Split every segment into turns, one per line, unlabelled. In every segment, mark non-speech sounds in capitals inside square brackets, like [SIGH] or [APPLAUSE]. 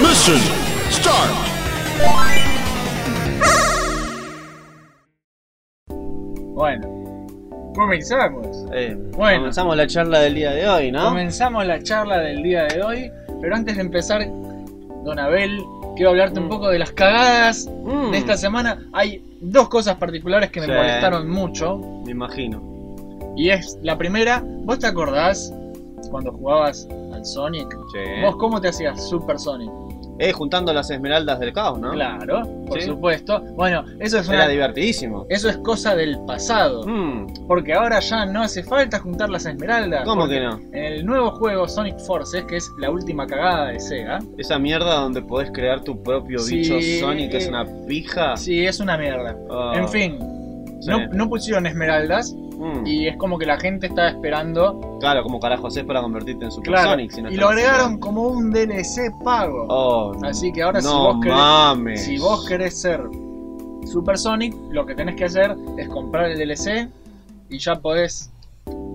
Mission start.
Bueno, comenzamos.
Eh,
Bueno.
Comenzamos la charla del día de hoy, ¿no?
Comenzamos la charla del día de hoy, pero antes de empezar, Don Abel, quiero hablarte un
Mm.
poco de las cagadas
Mm,
de esta semana. Hay dos cosas particulares que me
Sí.
molestaron mucho,
Me imagino.
y es la primera, ¿vos te acordás cuando jugabas al Sonic? ¿Vos cómo te hacías Super Sonic?
Eh, juntando las esmeraldas del caos, ¿no?
Claro, por
Sí.
supuesto. Bueno, eso es
Era
una...
divertidísimo.
Eso es cosa del pasado,
Mm,
porque ahora ya no hace falta juntar las esmeraldas.
¿Cómo
porque
que no?
En el nuevo juego Sonic Forces, que es la última cagada de Sega,
Esa mierda donde podés crear tu propio
Sí.
bicho Sonic, que es una pija.
sí, es una mierda.
Ah,
en fin,
sí.
no, no pusieron esmeraldas
Mm,
y es como que la gente estaba esperando.
Claro, como carajo haces para convertirte en Super
Claro,
Sonic? si no
y
estás
lo
haciendo-
agregaron como un DLC pago.
Oh,
Así que ahora si
no
vos querés...
mames.
Si vos querés ser Super Sonic, lo que tenés que hacer es comprar el DLC y ya podés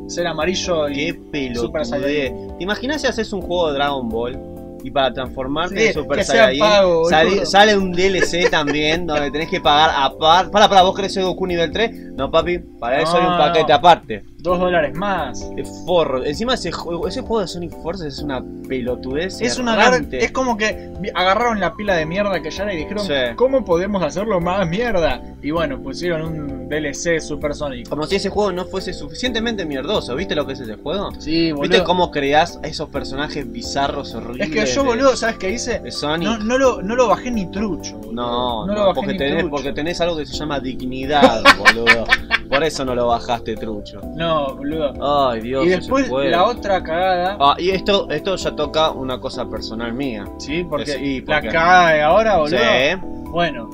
ser amarillo y
Qué
Super
pelotudez.
Saiyajin.
¿Te imaginas si haces un juego de Dragon Ball y para transformarte
Sí,
en Super
que sea
Saiyajin
pago,
sali-
boludo.
sale un DLC también donde tenés que pagar aparte? Para, para, vos querés ser Goku nivel 3? No, papi, para eso hay
No,
un paquete
no.
aparte.
dos dólares más.
Es forro. Encima ese juego, ese juego de Sonic Forces es una pelotudez.
Es una gar-
errante.
es como que vi- agarraron la pila de mierda que ya era y dijeron,
Sí.
¿cómo podemos hacerlo más mierda? Y bueno, pusieron un DLC Super Sonic.
Como si ese juego no fuese suficientemente mierdoso. ¿Viste lo que es ese juego?
Sí,
¿Viste
boludo.
cómo creás a esos personajes bizarros, horribles?
Es que yo,
de-
boludo, ¿sabes qué hice?
de Sonic.
No, no lo, no lo bajé ni trucho. boludo.
No,
lo
no,
bajé
porque,
ni
tenés,
trucho.
porque tenés algo que se llama dignidad, [LAUGHS] boludo. Por eso no lo bajaste, trucho.
No, boludo.
Ay, Dios.
y
ese
después
juego.
la otra cagada.
Ah, y esto, esto ya toca una cosa personal mía.
Sí, porque
Sí,
la
porque-
cagada de ahora, boludo.
Sí. ¿eh?
Bueno,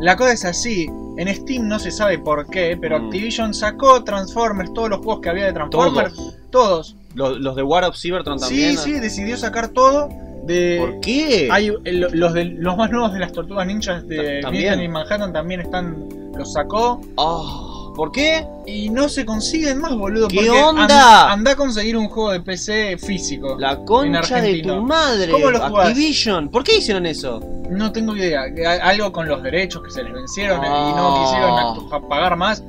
la cosa es así. En Steam no se sabe por qué, pero
Mm.
Activision sacó Transformers, todos los juegos que había de Transformers, todos.
Los, los de War of Cybertron
Sí,
también.
sí, decidió sacar todo de
¿Por qué?
hay eh, lo- los de, los más nuevos de las Tortugas Ninjas de
Ta- también.
Mutant y Manhattan también están los sacó
Ah, ¿Por qué?
y no se consiguen más, boludo,
¿Qué
porque
onda?
anda a conseguir un juego de PC físico.
La concha de
Argentina.
tu madre.
¿Cómo lo jugás?
Activision. ¿Por qué hicieron eso?
No tengo idea, que hay algo con los derechos que se les vencieron eh, y no
Ah.
quisieron actu- pagar más.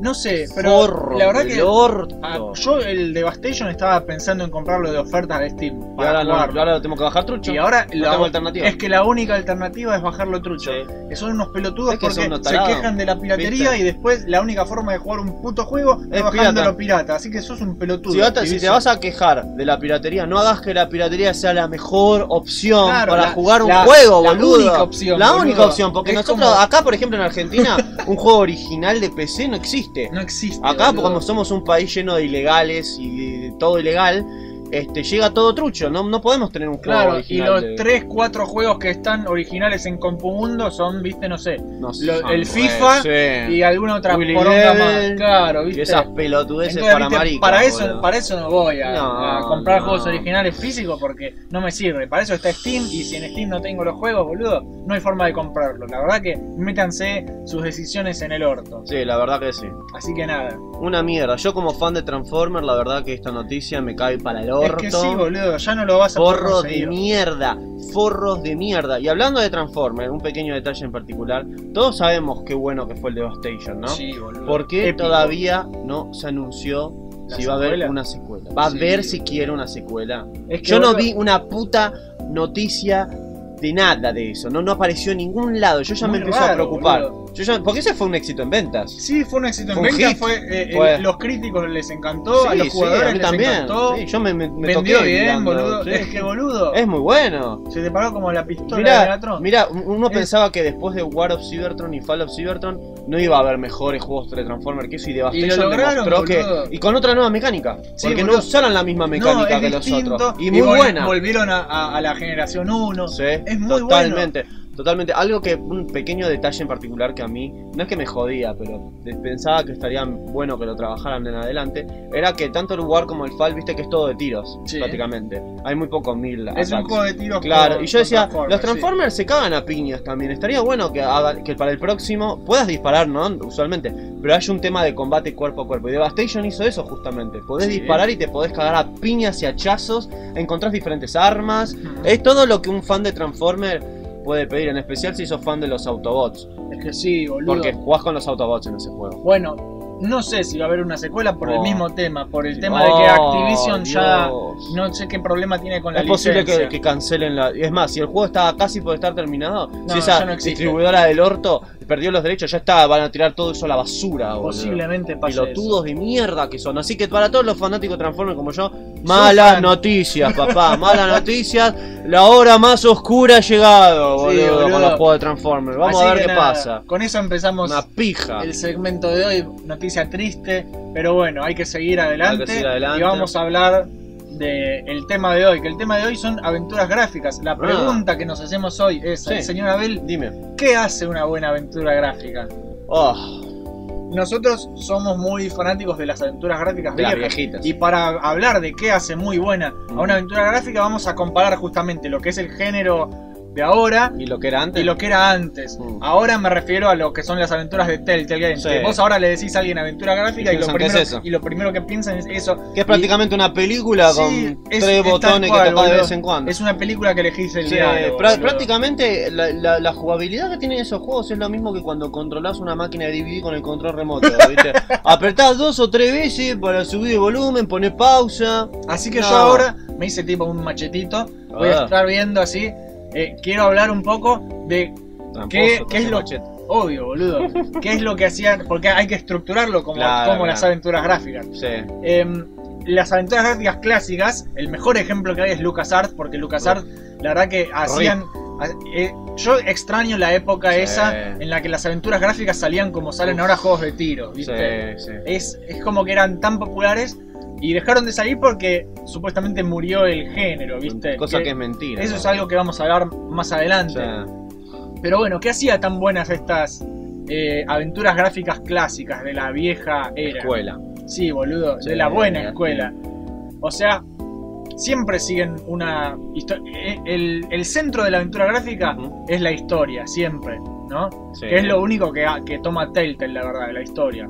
No sé, Eh, pero
Forro
la verdad
del
que
orto.
Ah, yo el Devastation estaba pensando en comprarlo de ofertas de Steam
Y
para
ahora, lo,
jugarlo.
ahora lo tengo que bajar, trucho.
y ahora
no
la-
tengo alternativa.
es que la única alternativa es bajarlo trucho.
Sí.
Que Son unos pelotudos
Es que
porque
son unos
se
tarados.
quejan de la piratería
¿Viste?
y después la única forma de jugar un puto juego es
Es
bajándolo pirata.
pirata.
Así que sos un pelotudo.
Si, vas- si te
Activision.
vas a quejar de la piratería, no hagas que la piratería sea la mejor opción
Claro,
para
la-
jugar un
la-
juego,
la
boludo.
única opción,
La
boludo.
única opción, porque
Es
nosotros
como-
acá, por ejemplo, en
[LAUGHS]
Argentina, un juego original de PC no existe.
No existe.
Acá,
boludo.
como somos un país lleno de ilegales y de todo ilegal, este, llega todo trucho. No, no podemos tener un juego
Claro, y
original.
los
de-
3, 4 juegos que están originales en Compumundo son, viste, no sé,
no sé,
lo-
son
el
re-
FIFA
sí.
y alguna otra
Eh. Willy
poronga
Level
más. Claro,
Y
viste.
esas pelotudeces
Entonces,
para
viste,
maricas,
para eso,
boludo.
para eso no voy a,
No,
a comprar
no.
juegos originales físicos porque no me sirve. Para eso está Steam y si en Steam no tengo los juegos, boludo, no hay forma de comprarlo. La verdad que métanse sus decisiones en el orto.
Sí, la verdad que sí.
Así que nada.
Una mierda. Yo como fan de Transformers, la verdad que esta noticia me cae para el orto.
Es que sí, boludo, ya no lo vas a poder
Forros de
conseguir.
mierda, forros de mierda. Y hablando de Transformers, un pequeño detalle en particular, todos sabemos qué bueno que fue el Devastation, ¿no?
Sí, boludo.
¿Por qué
Épico.
todavía no se anunció
¿La
si va a haber
secuela?
una secuela? Va a
Sí,
haber
boludo.
siquiera una secuela.
Es que,
Yo no
boludo,
vi una puta noticia de nada de eso, no, no apareció en ningún lado. Yo ya
Muy
me empecé
raro,
a preocupar.
boludo.
Yo ya- porque ese fue un éxito en ventas.
Sí, fue un éxito en
Fue un
venta,
hit.
fue, eh, eh,
Fue-
los críticos les encantó, a los
Sí, sí,
jugadores
a mí
les
también.
encantó,
Sí, yo me, me- me
vendió
toqué
bien,
mirando,
boludo,
sí.
es que boludo,
Es muy bueno.
se te paró como la pistola de
Mira,
Megatron.
uno
Es-
pensaba que después de War of Cybertron y Fall of Cybertron no iba a haber mejores juegos de Transformers que eso y Devastation
Y lo lograron,
demostró
boludo.
que y con otra nueva mecánica,
Sí,
porque
boludo.
no usaron la misma mecánica
es
que
distinto,
los otros y muy
vol-
buena.
Volvieron a, a- a la generación 1.
Sí,
es muy
totalmente. Totalmente, algo que, un pequeño detalle en particular que a mí, no es que me jodía, pero de- pensaba que estaría bueno que lo trabajaran en adelante, era que tanto el lugar como el FAL, viste que es todo de tiros,
Sí.
prácticamente. Hay muy pocos mil
Es un
attacks.
juego de tiros.
Ah, Claro,
con-
y yo
con
decía, los
sí.
Transformers se cagan a piñas también. Estaría bueno que, haga- que para el próximo puedas disparar, ¿no? Usualmente. Pero hay un tema de combate cuerpo a cuerpo. Y Devastation hizo eso justamente. Podés
Sí.
disparar y te podés cagar a piñas y hachazos. Encontrás diferentes armas.
Ujú.
Es todo lo que un fan de Transformer puede pedir. En especial si sos fan de los Autobots.
Es que sí, boludo.
Porque jugás con los Autobots en ese juego.
Bueno, no sé si va a haber una secuela por el
Oh.
mismo tema, por el tema de que
Oh,
Activision ya
Dios.
no sé qué problema tiene con la
Es posible
licencia.
que, que cancelen la. Es más, si el juego estaba casi por estar terminado, si
ya
esa
no existe.
distribuidora del orto perdió los derechos, ya está, van a tirar todo eso a la basura, boludo.
Posiblemente pase
Pelotudos de mierda que son. Así que para todos los fanáticos de Transformers como yo,
fan.
malas noticias, papá,
[LAUGHS]
malas noticias. La hora más oscura ha llegado,
Sí,
boludo,
boludo.
con los juegos de Transformers.
eso.
Vamos
Así
a ver
que
qué
nada,
pasa.
Con eso empezamos
Una pija.
el segmento de hoy, noticia triste, pero bueno, hay que seguir adelante,
Hay que seguir adelante.
y vamos a hablar del tema de hoy, que el tema de hoy son aventuras gráficas. La pregunta que nos hacemos hoy es,
Ah. Sí.
señor Abel,
Dime.
¿qué hace una buena aventura gráfica?
Oh,
Nosotros somos muy fanáticos de las aventuras gráficas
De las
viejas.
viejitas. Mm.
Y para hablar de qué hace muy buena a una aventura gráfica, vamos a comparar justamente lo que es el género de ahora
y lo que era antes.
y lo que era antes.
Mm.
Ahora me refiero a lo que son las aventuras de Telltale Games.
Sí.
que vos ahora le decís a alguien aventura gráfica
Y
y, lo,
piensan, ¿qué
primero,
es eso?
y lo primero que piensan es eso.
Que es
Y
prácticamente una película
Sí,
con tres
es- es tal
botones
cual,
que tocás de
boludo.
vez en cuando.
es una película que elegís el
Sí,
diálogo,
prá-
boludo.
prácticamente la, la- la jugabilidad que tienen esos juegos es lo mismo que cuando controlás una máquina de DVD con el control remoto, [LAUGHS] ¿viste? Apretás dos o tres veces para subir el volumen, poner pausa.
Así que
No.
yo ahora me hice tipo un machetito. Voy a
Ah.
estar viendo así. eh, quiero hablar un poco de ¿Qué, qué es lo
[LAUGHS]
obvio, boludo? ¿Qué es lo que hacían? Porque hay que estructurarlo como,
Claro,
como
claro.
las aventuras gráficas.
Sí.
Em, las aventuras gráficas clásicas, el mejor ejemplo que hay es LucasArts, porque LucasArts, la verdad que hacían. ha- eh, yo extraño la época
Sí.
esa en la que las aventuras gráficas salían como salen
Uf.
ahora juegos de tiro, ¿viste?
Sí, sí.
Es, es como que eran tan populares y dejaron de salir porque supuestamente murió el género, ¿viste?
Cosa que, es mentira.
eso
¿no?
es algo que vamos a hablar más
O
adelante.
sea,
Pero bueno, ¿qué hacía tan buenas estas eh, aventuras gráficas clásicas de la vieja era?
escuela.
Sí, boludo,
Sí,
de la buena
sí.
escuela. O sea, siempre siguen una... histo- eh, El, el centro de la aventura gráfica
Ujú.
es la historia, siempre, ¿no?
Sí.
Que es lo único que, que toma Telltale, la verdad, de la historia.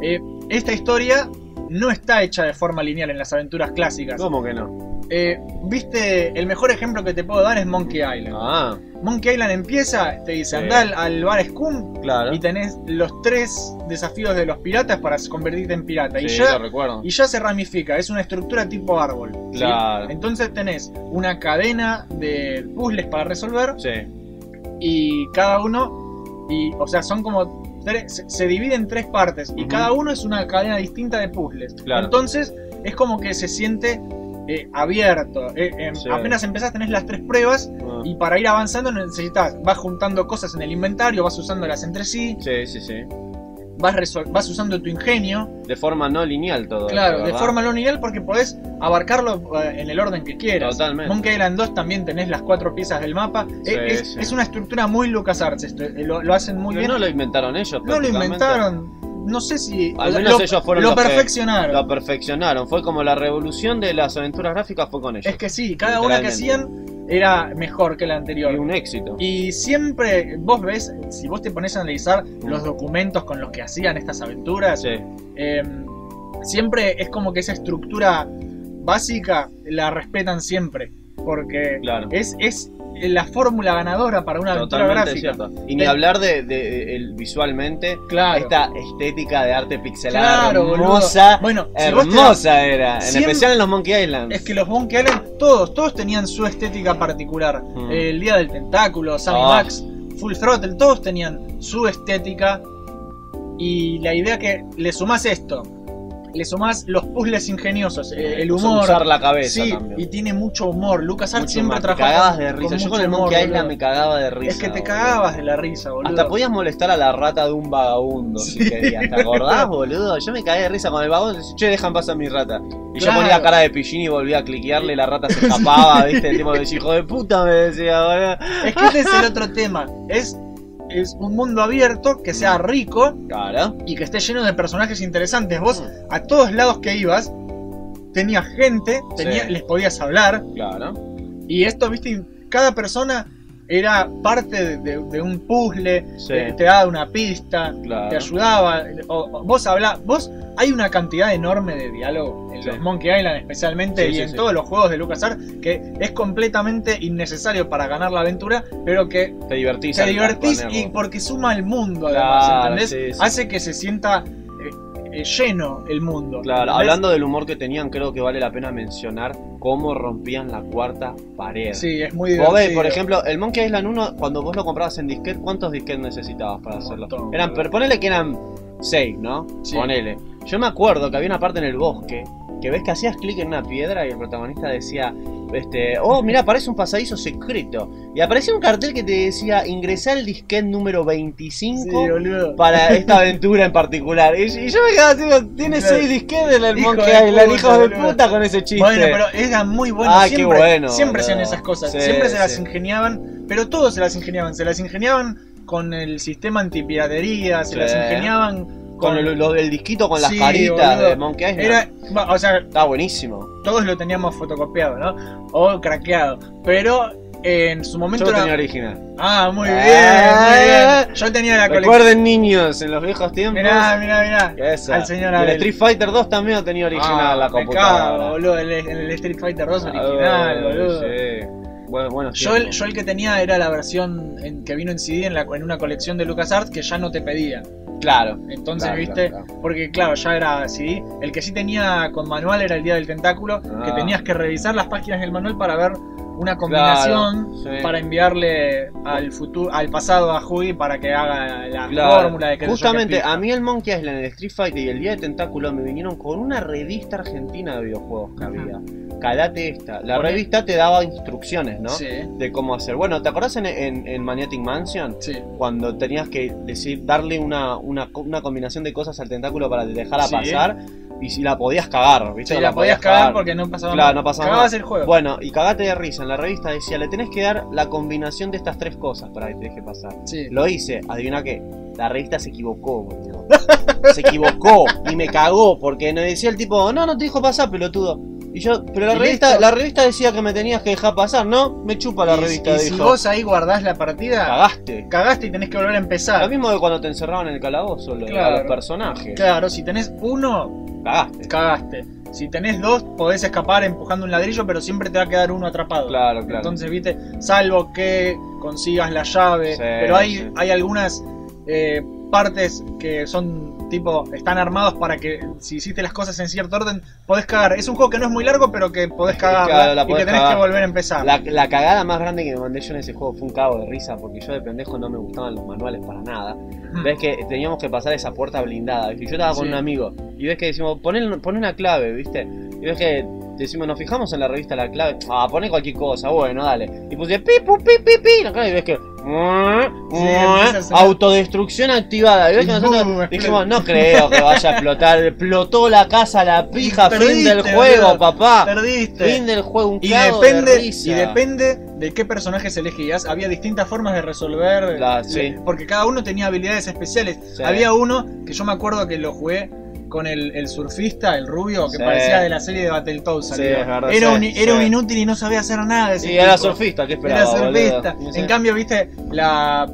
Eh, esta historia no está hecha de forma lineal en las aventuras clásicas.
¿Cómo que no?
Eh, Viste, el mejor ejemplo que te puedo dar es Monkey Island.
Ah,
Monkey Island empieza, te
Sí.
dice,
¿Eh?
andá al, al bar Scum
claro.
y tenés los tres desafíos de los piratas para convertirte en pirata. y,
Sí,
ya,
lo recuerdo.
y ya se ramifica, es una estructura tipo árbol. ¿sí?
Claro.
Entonces tenés una cadena de puzzles para resolver
Sí.
y cada uno, y, o sea, son como... tres- se- se divide en tres partes y
Ujú.
cada uno es una cadena distinta de puzzles.
Claro.
Entonces es como que se siente eh, abierto. Eh, em,
Sí.
Apenas empezás tenés las tres pruebas
Ah.
y para ir avanzando necesitas, vas juntando cosas en el inventario, vas usándolas entre sí,
Sí, sí, sí.
vas, resol- vas usando tu ingenio.
De forma no lineal todo.
claro,
esto,
de
¿verdad?
forma no lineal porque podés abarcarlo eh, en el orden que quieras.
Totalmente.
Monkey Island 2 también tenés las cuatro piezas del mapa.
Sí,
Eh, es,
sí.
es una estructura muy LucasArts, esto, eh, lo, lo hacen muy
Pero
bien.
No lo inventaron ellos.
No lo
prácticamente.
inventaron, no sé si...
Al
lo-
menos
lo,
ellos fueron
lo
los que-
perfeccionaron.
Lo perfeccionaron. Fue como la revolución de las aventuras gráficas fue con ellos.
Es que sí, cada una que hacían era mejor que la anterior.
Y un éxito.
Y siempre vos ves, si vos te pones a analizar los documentos con los que hacían estas aventuras,
Sí.
eh, siempre es como que esa estructura básica la respetan siempre. Porque
Claro.
es, es la fórmula ganadora para una aventura
Totalmente
gráfica.
cierto. Y ni
Eh,
hablar de, de- el- visualmente
Claro.
esta estética de arte pixelada
Claro, boludo.
hermosa,
Bueno, si vos te
hermosa era, en
Siempre-
especial en los Monkey Island.
Es que los Monkey Island, todos, todos tenían su estética particular.
Mm.
Eh, El Día del Tentáculo, Sammy
Ah.
Max, Full Throttle, todos tenían su estética. Y la idea que le sumás esto le sumás los puzzles ingeniosos, eh, el
Usa-
humor.
Usar la cabeza
sí,
también.
y tiene mucho humor. Lucas
Mucho
siempre
más. Te
trabajaba
cagabas de risa. Yo
mucho
con el
humor,
Monkey Island
boludo.
me cagaba de risa.
Es que te
boludo.
cagabas de la risa, boludo.
Hasta podías molestar a la rata de un vagabundo si
Sí.
querías. ¿Te acordás, boludo? Yo me caí de risa con el vagabundo. decía, Che, dejan pasar mi rata. Y yo
Claro.
ponía cara de pillín y volvía a cliquearle y la rata se escapaba,
[LAUGHS]
¿viste? El tipo de hijo de puta me decía, boludo.
Es que ese es el otro tema. Es, es un mundo abierto que sea rico
Claro.
y que esté lleno de personajes interesantes. Vos,
Mm.
a todos lados que ibas, tenías gente, tenía-
Sí.
les podías hablar.
Claro.
Y esto, viste, cada persona era parte de, de- de un puzzle, eh,
Sí.
te, te daba una pista,
Eh, Claro.
te ayudaba. o- o vos hablá, vos hay una cantidad enorme de diálogo en
Sí.
los Monkey Island, especialmente
Sí,
y
sí,
en
sí.
todos los juegos de LucasArts, que es completamente innecesario para ganar la aventura, pero que
Te divertís.
te
al
divertís y
ponerlo.
porque suma el mundo,
Claro,
además, ¿entendés?
sí, sí.
Hace que se sienta eh, eh, lleno el mundo.
Claro,
¿entendés?
hablando del humor que tenían, creo que vale la pena mencionar cómo rompían la cuarta pared.
Sí, es muy
Vos
divertido.
ves, por ejemplo, el Monkey Island 1, cuando vos lo comprabas en disquete, ¿cuántos disquetes necesitabas para
Un
hacerlo?
montón,
eran,
boludo.
pero ponele que eran 6, ¿no?
Sí.
Ponele. Yo me acuerdo que había una parte en el bosque que ves que hacías clic en una piedra y el protagonista decía, este, oh, mira, aparece un pasadizo secreto. Y aparecía un cartel que te decía, ingresá al disquete número 25
Sí, boludo.
para esta aventura en particular. Y, y yo me quedaba haciendo, tiene
Claro.
6 disquetes en el
Hijo
Monkey
de
Island,
puta,
hijos de
boludo.
puta con ese chiste.
Bueno, pero era muy bueno.
Ah, qué
siempre,
bueno,
Siempre hacían
boludo.
esas cosas.
Sí,
siempre se las
sí.
ingeniaban. Pero todos se las ingeniaban. Se las ingeniaban con el sistema antipiratería. Se
Sí.
las ingeniaban
Con el, lo del disquito con las
Sí,
caritas
boludo.
de Monkey Island.
Era, va, o sea,
Está buenísimo.
todos lo teníamos fotocopiado, ¿no? O craqueado. Pero eh, en su
Yo
momento
lo
era.
tenía original.
Ah, muy bien,
Ah.
muy bien. Yo tenía la colección.
Recuerden, niños, en los viejos tiempos.
Mirá, mirá, mirá.
Esa.
al señor
Y el
Abel.
Street Fighter 2 también lo tenía original
Ah,
la
me cago,
computadora.
boludo. El, el Street Fighter 2
Ah,
original, boludo.
Sí. Bueno, bueno.
Yo el, yo el que tenía era la versión en- que vino en CD en, la, en una colección de LucasArts que ya no te pedía.
Claro.
Entonces,
Claro,
viste,
claro, claro.
porque claro, ya era CD. El que sí tenía con manual era el Día del Tentáculo, que
Ah.
tenías que revisar las páginas del manual para ver una combinación
Claro, sí.
para enviarle al futuro, al pasado a Hughie para que haga la
Claro.
fórmula de que
Justamente, a mí el Monkey Island, el Street Fighter y el Día de Tentáculo me vinieron con una revista argentina de videojuegos que
Ajá.
había. Calate esta. La
Poné.
revista te daba instrucciones, ¿no?
Sí,
De cómo hacer. Bueno, ¿te acordás en, en, en Magnetic Mansion?
sí.
cuando tenías que decir darle una, una, co- una combinación de cosas al tentáculo para dejarla
Sí.
pasar y si la podías cagar, ¿viste?
Sí, la podías cagar porque no pasaba
Claro,
nada.
no pasaba
Cagabas
nada.
el juego.
Bueno, y cagate de risa, en la revista decía, le tenés que dar la combinación de estas tres cosas para que te deje pasar.
Sí.
Lo hice, adivina qué, la revista se equivocó,
[LAUGHS]
boludo. Se equivocó y me cagó porque me decía el tipo, no, no te dijo pasar, pelotudo. Y yo, pero la
Y
revista,
listo.
la revista decía que me tenías que dejar pasar, ¿no? Me chupa la
Y-
revista,
y
dijo.
si vos ahí guardás la partida,
Cagaste.
cagaste y tenés que volver a empezar.
Lo mismo que cuando te encerraban en el calabozo, lo-
Claro.
a los personajes.
Claro, si tenés uno,
Cagaste.
cagaste. Si tenés dos, podés escapar empujando un ladrillo, pero siempre te va a quedar uno atrapado.
Claro, claro.
Entonces, viste, salvo que consigas la llave.
Sí,
pero hay,
sí.
hay algunas eh, partes que son tipo, están armados para que si hiciste las cosas en cierto orden, podés cagar. Es un juego que no es muy largo, pero que podés cagar
Claro, la
y que
podés
tenés
cagar.
que volver a empezar.
la, la cagada más grande que me mandé yo en ese juego fue un cago de risa, porque yo de pendejo no me gustaban los manuales para nada.
Mm.
Ves que teníamos que pasar esa puerta blindada. Y yo estaba con
Sí.
un amigo, y ves que decimos, poné, poné una clave, ¿viste? Y ves que decimos, nos fijamos en la revista la clave. Ah, poné cualquier cosa, bueno, dale. Y puse pi, pu, pi, pi, pi, la clave, y ves que. "Mm,
empieza a sonar.
autodestrucción activada. Y ves que
Y
nosotros
boom, explota.
dijimos, no creo que vaya a explotar. Explotó la casa, la pija, fin
perdiste,
del juego,
boludo.
papá.
Perdiste.
Fin del juego, un
Y
cago
depende,
de risa.
y depende de qué personajes elegías. Había distintas formas de resolver. eh,
La- sí.
Porque cada uno tenía habilidades especiales.
Sí.
Había uno que yo me acuerdo que lo jugué con el, el surfista, el rubio, que
Sí.
parecía de la serie de Battletoads.
Sí,
salido.
es verdad,
era
sí,
un,
sí.
era un inútil y no sabía hacer nada de ese
Y era
tipo.
surfista, ¿qué esperaba?
Era surfista.
boludo?
En cambio, viste, la,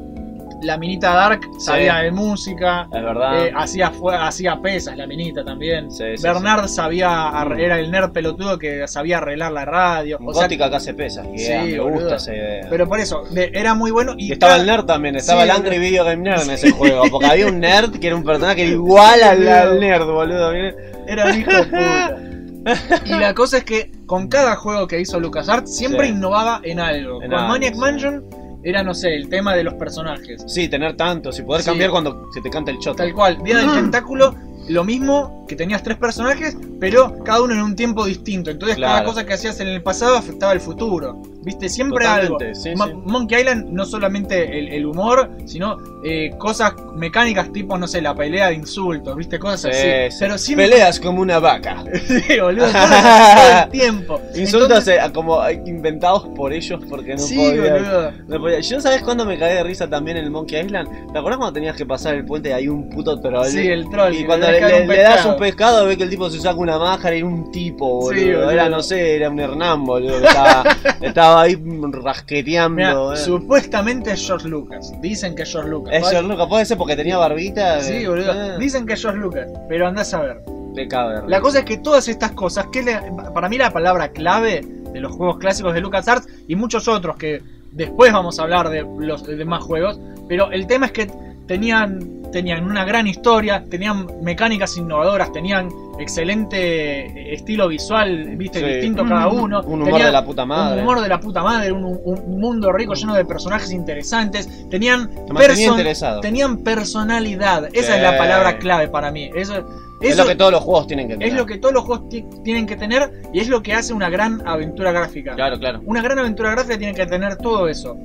la minita Dark sabía de música.
Es verdad.
eh, hacía, fue- hacía pesas la minita también.
Sí, sí,
Bernard sabía, ar-
Mm.
era el nerd pelotudo que sabía arreglar la radio. O sea,
Gótica acá se pesa.
Sí,
me
boludo.
gusta esa idea.
pero por eso, de- era muy bueno y
Y estaba
ca-
el nerd también, estaba el
Sí,
Angry
boludo.
Video Game Nerd en ese juego. Porque había un nerd que era un personaje igual al, al nerd, boludo. mirá.
era un hijo de puta.
[LAUGHS]
Y la cosa es que con cada juego que hizo LucasArts siempre
Sí.
innovaba en algo.
En
con
algo,
Maniac
sí.
Mansion era, no sé, el tema de los personajes.
Sí, tener tantos y poder
Sí.
cambiar cuando se te canta el choto.
Tal cual, Día del Tentáculo lo mismo que tenías tres personajes, pero cada uno en un tiempo distinto. Entonces cada
Claro.
cosa que hacías en el pasado afectaba el futuro. Viste, siempre
Totalmente,
algo.
sí,
Mo-
sí.
Monkey Island no solamente el, el humor, sino eh, cosas mecánicas tipo, no sé, la pelea de insultos, viste,
Sí,
cosas así.
sí.
Pero siempre
Peleas como una vaca.
Sí,
[LAUGHS]
[LAUGHS] boludo, todo, todo el tiempo.
Insultos eh, como eh, inventados por ellos porque no
Entonces- sí,
podían.
boludo.
No podía. Yo sabes cuándo me caí de risa también en el Monkey Island. ¿Te acuerdas cuando tenías que pasar el puente y hay un puto troll?
Sí, el troll.
y
que
cuando
le
le,
dejan
le- le das
pescado.
un pescado, ve que el tipo se saca una máscara y era un tipo, boludo.
Sí, boludo.
Era, no sé, era un Hernán, boludo. que
[LAUGHS]
estaba, estaba ahí rasqueteando.
Mirá,
eh.
supuestamente es George Lucas. Dicen que es George Lucas.
Es George Lucas, puede ser porque tenía barbita.
Sí,
eh.
boludo.
Eh,
Dicen que es George Lucas, pero andás a ver.
de caber.
La cosa es que todas estas cosas, que le- para mí la palabra clave de los juegos clásicos de LucasArts y muchos otros que después vamos a hablar de los demás juegos, pero el tema es que tenían, tenían una gran historia, tenían mecánicas innovadoras, tenían excelente estilo visual, viste,
Sí. Mm.
distinto cada uno.
Un humor
tenían
de la puta madre.
Un humor de la puta madre, un, un mundo rico lleno de personajes interesantes, tenían,
Te mantenía
person-
interesado.
tenían personalidad,
Sí.
esa es la palabra clave para mí. Eso,
es
eso-
lo que todos los juegos tienen que tener.
es lo que todos los juegos ti- tienen que tener y es lo que hace una gran aventura gráfica.
Claro, claro.
Una gran aventura gráfica tiene que tener todo eso.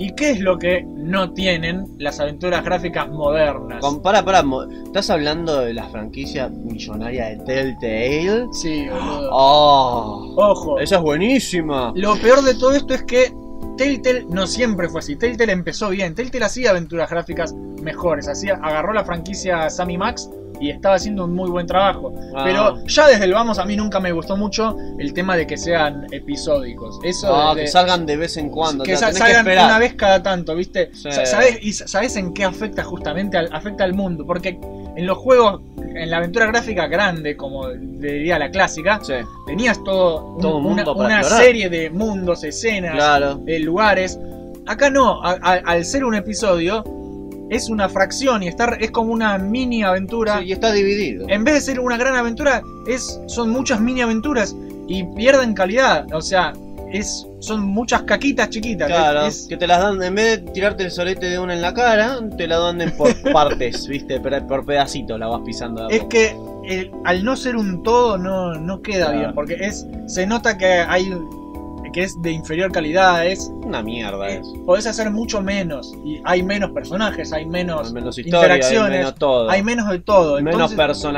¿Y qué es lo que no tienen las aventuras gráficas modernas?
Compara, para, estás hablando de la franquicia millonaria de Telltale.
Sí, boludo.
Oh,
Ojo.
esa es buenísima.
Lo peor de todo esto es que Telltale no siempre fue así. Telltale empezó bien. Telltale hacía aventuras gráficas mejores. Hacía, agarró la franquicia Sammy Max y estaba haciendo un muy buen trabajo.
Ah.
Pero ya desde el vamos a mí nunca me gustó mucho el tema de que sean episódicos. Eso
Ah,
desde-
que salgan de vez en cuando. te
que
la
sa-
tenés
salgan
que esperar.
una vez cada tanto, ¿viste?
Sí.
Sa- ¿Sabes, y sa- sabes en qué afecta justamente al, afecta al mundo? Porque en los juegos, en la aventura gráfica grande, como le diría la clásica,
Sí,
tenías todo, un-
Todo un
una,
mundo para
una
explorar.
serie de mundos, escenas,
claro.
eh, lugares. Acá no, a- a- al ser un episodio, es una fracción y estar, es como una mini aventura.
Sí, y está dividido.
En vez de ser una gran aventura, es, son muchas mini aventuras y pierden calidad. O sea, es, son muchas caquitas chiquitas.
Claro,
Es- es-
que te las dan, en vez de tirarte el solete de una en la cara, te la dan en
[LAUGHS]
por partes, viste, por, por pedacitos la vas pisando. de a
es
poco.
que el- al no ser un todo no, no queda
Claro.
bien, porque es se nota que hay que es de inferior calidad, es
una mierda
eh,
es.
podés hacer mucho menos y hay menos personajes, hay menos,
menos historia, hay
interacciones,
menos todo.
hay menos de todo,
menos
entonces-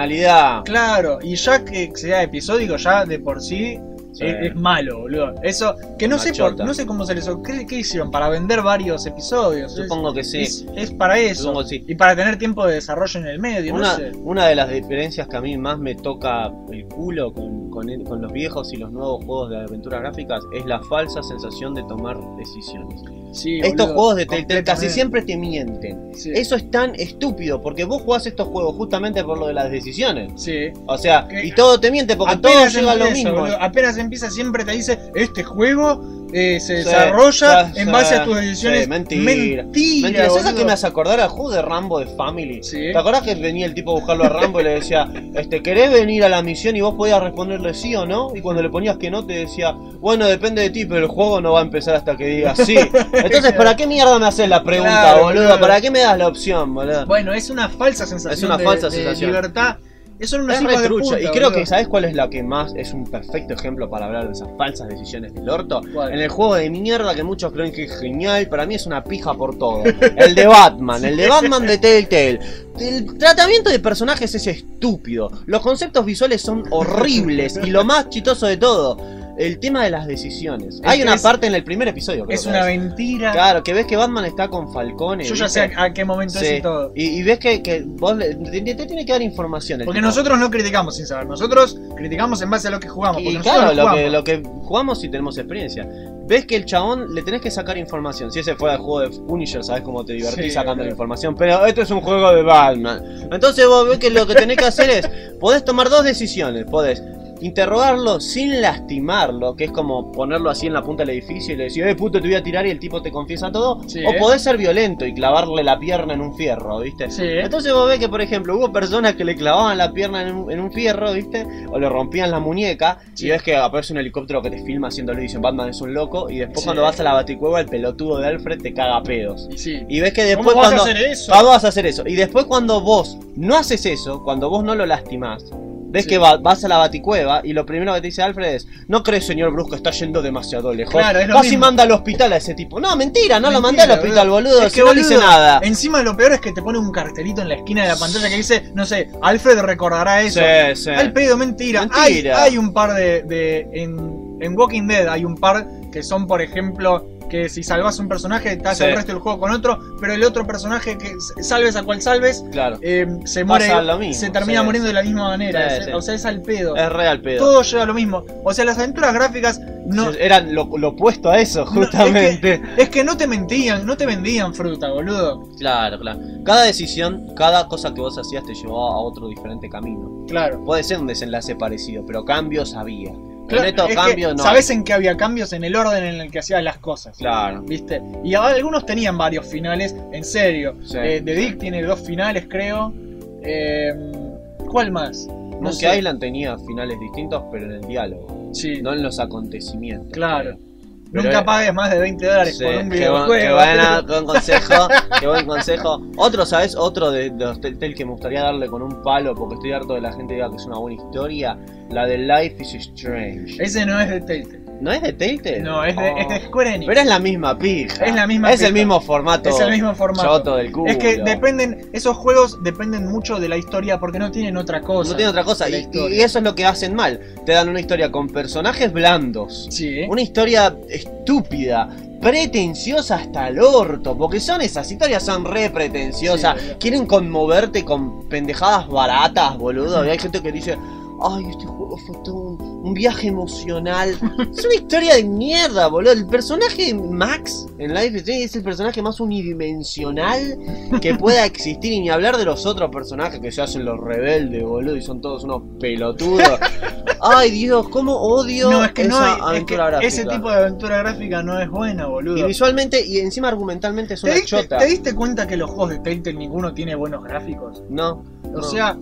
personalidad.
Claro, y ya que sea episódico ya de por sí
Sí.
Es, es malo, boludo. Eso, que no sé, por-
Machota.
no sé cómo se les ocurrió. ¿Qué hicieron? Para vender varios episodios. Es-
Supongo que sí.
Es, es para eso.
Supongo que sí.
Y para tener tiempo de desarrollo en el medio, no
Una,
sé.
una de las diferencias que a mí más me toca el culo con, con el- con los viejos y los nuevos juegos de aventuras gráficas es la falsa sensación de tomar decisiones.
Sí,
Estos
boludo,
juegos de Telltale casi
completamente.
siempre te mienten.
Sí.
Eso es tan estúpido, porque vos jugás estos juegos justamente por lo de las decisiones.
Sí.
O sea,
Que-
y todo te miente porque todo
apenas
llega a lo
empieza,
mismo.
boludo, apenas empieza, siempre te dice: Este juego eh, se
Sí,
desarrolla
ya
en
sé.
base a tus decisiones.
Sí, mentira.
Mentira.
Mentira, ¿sabes a
boludo.
qué me hace acordar al juego de Rambo de Family?
Sí.
¿Te acordás que venía el tipo a buscarlo a Rambo y le decía, este, ¿querés venir a la misión? Y vos podías responderle sí o no. Y cuando le ponías que no, te decía, bueno, depende de ti, pero el juego no va a empezar hasta que digas
[LAUGHS]
sí. Entonces, ¿para qué mierda me haces la pregunta,
Claro,
boludo?
boludo.
¿Para qué me das la opción, boludo?
Bueno, es una falsa sensación.
Es una
de-
falsa
de
sensación.
libertad. Eso era una
Es
hijos de
retrucha.
puta,
y creo
boludo.
que, ¿sabes cuál es la que más es un perfecto ejemplo para hablar de esas falsas decisiones del orto?
¿Cuál?
En el juego de mierda que muchos creen que es genial, para mí es una pija por
[LAUGHS]
todo. El de Batman, el de Batman de Telltale. El tratamiento de personajes es estúpido. Los conceptos visuales son horribles. Y lo más chistoso de todo, el tema de las decisiones. Hay
que
una
es-
parte en el primer episodio. creo
Es
que
una mentira.
Claro, que ves que Batman está con Falcone.
Yo ya
¿viste?
sé a, a qué momento
Sí.
es y todo.
Y, y ves que, que vos le- te, te tiene que dar información. el
Porque
tipo.
nosotros no criticamos sin saber, nosotros criticamos en base a lo que jugamos.
Y
Porque
claro,
nosotros
lo que,
jugamos.
lo que jugamos y tenemos experiencia. Ves que el chabón le tenés que sacar información. Si ese fuera el juego de Punisher, sabes cómo te divertís
Sí,
sacando la
claro.
información. Pero esto es un juego de Batman. Entonces vos ves que lo que tenés que hacer es, podés tomar dos decisiones. Podés interrogarlo sin lastimarlo, que es como ponerlo así en la punta del edificio y le decir, eh, puto, te voy a tirar y el tipo te confiesa todo.
Sí.
O podés ser violento y clavarle la pierna en un fierro, ¿viste?
Sí.
Entonces vos ves que, por ejemplo, hubo personas que le clavaban la pierna en un, en un fierro, ¿viste? O le rompían la muñeca
Sí.
y ves que aparece un helicóptero que te filma haciéndolo y dicen, Batman es un loco. Y después
Sí.
cuando vas a la baticueva, el pelotudo de Alfred te caga a pedos.
Y sí.
Y ves que después
¿Cómo vas
cuando...
a hacer eso?
¿Cuándo vas a hacer eso? Y después cuando vos no haces eso, cuando vos no lo lastimás, ves
Sí.
que va- vas a la baticueva y lo primero que te dice Alfred es, no crees, señor Brusco, está yendo demasiado lejos.
Claro, es lo
vas y
mismo.
manda al hospital a ese tipo. No, mentira, no lo mandé
Mentira,
al hospital, boludo,
Es
si no le hice nada.
Encima lo peor es que te pone un cartelito en la esquina de la pantalla que dice, no sé, Alfred recordará eso.
Sí, sí.
Al pedo, mentira.
Mentira.
Hay, hay un par de. de- en, en Walking Dead hay un par que son, por ejemplo, que si salvas un personaje, te hace
Sí.
el resto del juego con otro, pero el otro personaje que s- salves a cual salves,
Claro.
eh, se
Pasa
muere.
lo mismo,
se termina
sí.
muriendo de la misma manera.
Sí,
es-
sí.
O sea, es al pedo.
Es real pedo.
Todo lleva a lo mismo. O sea, las aventuras gráficas no.
Sí, Eran lo, lo opuesto a eso,
no, es que-
justamente.
[LAUGHS] es, que, no te mentían, no te vendían fruta, boludo.
Claro, claro. Cada decisión, cada cosa que vos hacías te llevó a otro diferente camino.
Claro.
Puede ser un desenlace parecido, pero cambios había. Pero
Claro,
neto
es que
cambio no.
Sabés en que había cambios en el orden en el que hacías las cosas.
Claro.
¿Viste? Y a- algunos tenían varios finales, en serio.
Sí.
Eh, The Dick tiene dos finales, creo. Eh, ¿Cuál más?
Monkey Island tenía finales distintos, pero en el diálogo,
Sí,
no en los acontecimientos.
claro.
Pero
Nunca
era-
pagues más de 20 dólares
Sí,
por un
qué buen,
videojuego.
qué buena- qué buen consejo, qué buen consejo. Otro, ¿sabes? Otro de, de los Telltale que me gustaría darle con un palo, porque estoy harto de la gente que diga que es una buena historia, la de Life is Strange.
Ese no es de Telltale.
¿No es de Telltale?
No, es de,
Oh.
es de Square Enix.
Pero es la misma pija.
Es la misma
Es el
pija.
mismo formato.
Es el mismo formato.
choto del culo.
Es que dependen, esos juegos dependen mucho de la historia porque no tienen otra cosa.
No tiene otra cosa.
de la
Y,
historia.
y eso es lo que hacen mal. Te dan una historia con personajes blandos.
Sí.
Una historia estúpida, pretenciosa hasta el orto, porque son esas historias, son re pretenciosas.
Sí, boludo.
Quieren conmoverte con pendejadas baratas, boludo. Y hay gente que dice, ay, este juego fue todo un, un viaje emocional. es una historia de mierda, boludo. El personaje Max en Life is Strange es el personaje más unidimensional que pueda existir. Y ni hablar de los otros personajes que se hacen los rebeldes, boludo, y son todos unos pelotudos. Ay, Dios, cómo odio
No, es que no
esa
hay, es que
aventura gráfica.
ese tipo de aventura gráfica no es buena, boludo.
Y visualmente y encima argumentalmente es
¿Te
una
diste,
chota.
te diste cuenta que los juegos de Telltale ninguno tiene buenos gráficos?
No.
O
no.
sea,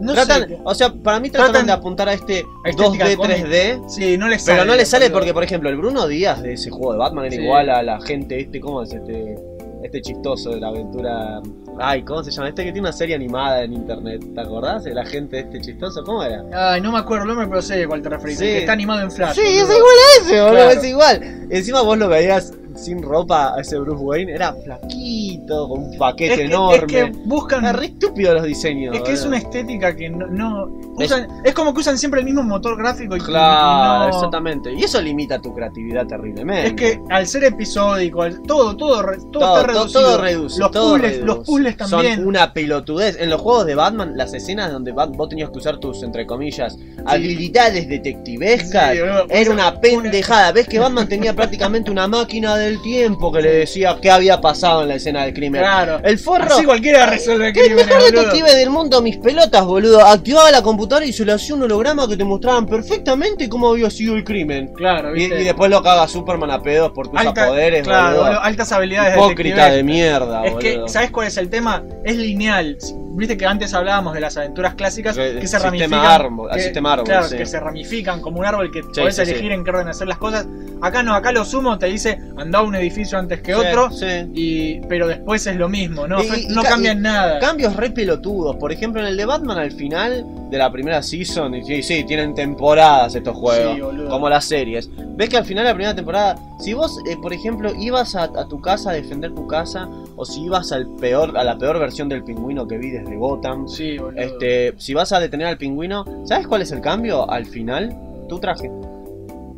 no
Tratan-
sé.
o sea, para mí trataron
tratan-
de apuntar a este
estética
2D,
cómic,
3D.
Sí, no le sale.
Pero no le sale
boludo.
porque, por ejemplo, el Bruno Díaz de ese juego de Batman era
Sí.
igual a la gente, este, ¿cómo es este? Este chistoso de la aventura. Ay, ¿cómo se llama? Este que tiene una serie animada en internet, ¿te acordás? El agente este chistoso, ¿cómo era?
Ay, no me acuerdo el nombre, pero sé de cuál te referís.
Sí.
el que está animado en Flash.
Sí,
boludo.
es igual a ese, boludo,
Claro.
es igual. Encima vos lo veías sin ropa a ese Bruce Wayne, era flaquito, con un paquete
Es que,
enorme.
es que buscan.
Era re estúpido los diseños.
Es que es
boludo.
una estética que no. no-
Es-
usan- es como que usan siempre el mismo motor gráfico y que
Claro,
no-
exactamente. Y eso limita tu creatividad terriblemente.
Es que al ser episódico, al- todo, todo, re- todo,
todo,
está
todo,
reducido.
todo reduce.
Los
todo
puzzles,
reduce.
los puzzles también.
Son una pelotudez. En los juegos de Batman, las escenas donde Bat- vos tenías que usar tus, entre comillas, habilidades detectivescas.
Sí, boludo,
Era
usa-
una pendejada. Ves que Batman tenía prácticamente una máquina del tiempo que le decía qué había pasado en la escena del crimen.
Claro.
El forro.
Ah, Así cualquiera resuelve
Que el
crímenes,
mejor
boludo.
detective del mundo, mis pelotas, boludo. Activaba la computadora y se le hacía un holograma que te mostraban perfectamente cómo había sido el crimen.
Claro,
Y,
¿viste?
y después lo caga Superman a pedos porque usa
Alta-
poderes,
claro,
boludo.
boludo, altas habilidades
Hipócrita
detectives.
de mierda,
Es que,
Ah, boludo.
¿sabes cuál es el tema? Es lineal. Viste que antes hablábamos de las aventuras clásicas
El
que se
sistema
ramifican.
árbol- el
que-
sistema árbol,
claro,
sí.
que se ramifican como un árbol que podés
sí, sí.
elegir en qué orden hacer las cosas. Acá no, acá lo sumo, te dice andá a un edificio antes que otro.
Sí, sí.
Y, pero después es lo mismo, no,
Y- y-
no
y ca-
cambian
y
nada.
Cambios re pelotudos. Por ejemplo, en el de Batman al final de la primera season. Y sí, sí, tienen temporadas estos juegos.
Sí, boludo.
como las series. Ves que al final de la primera temporada, si vos, eh, por ejemplo, ibas a, a tu casa a defender tu casa, o si ibas al peor, a la peor versión del pingüino que vi desde Gotham,
Sí, boludo.
este, si vas a detener al pingüino, ¿sabes cuál es el cambio? Al final, tu traje.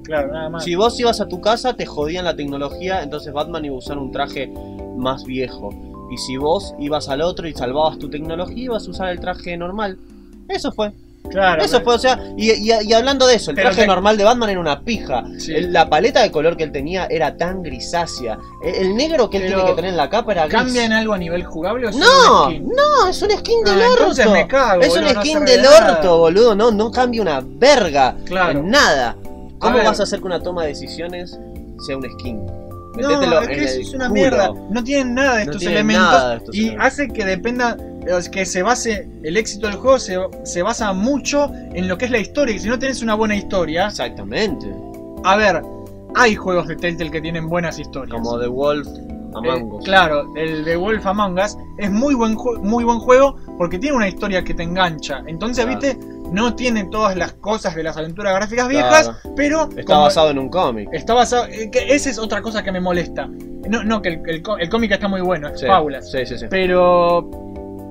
claro, nada más.
Si vos ibas a tu casa, te jodían la tecnología, entonces Batman iba a usar un traje más viejo. Y si vos ibas al otro y salvabas tu tecnología, ibas a usar el traje normal. Eso fue.
Claro.
Eso fue, o sea, y, y- y hablando de eso, el
Pero
traje
te-
normal de Batman era una pija.
Sí.
El- La paleta de color que él tenía era tan grisácea. El, el negro que él
Pero
tiene que tener en la capa era gris.
¿Cambia en algo a nivel jugable o es
No,
un skin?
no, es un skin del
Ah,
orto.
entonces me cago,
es un
boludo, no
skin
sirve de
del
nada.
orto, boludo. No, no cambia una verga.
Claro.
En nada. ¿Cómo
ver.
vas a hacer que una toma de decisiones sea un skin?
No, es que eso es una mierda. No tienen nada de
No
estos
tienen
elementos
nada de estos
y
elementos.
hace que dependa, es que se base, el éxito del juego se, se basa mucho en lo que es la historia. Y si no tenés una buena historia,
Exactamente.
a ver, hay juegos de Telltale que tienen buenas historias.
Como The Wolf
Eh,
Among Us.
claro, el de Wolf Among Us es muy buen, ju- muy buen juego porque tiene una historia que te engancha. Entonces,
Claro.
viste, no tiene todas las cosas de las aventuras gráficas
Claro.
viejas, pero
Está
como-
basado en un cómic.
Está basado. eh, que esa es otra cosa que me molesta. No, no que el, el có- el cómic está muy bueno, es
Sí,
fábulas.
Sí, sí, sí.
Pero.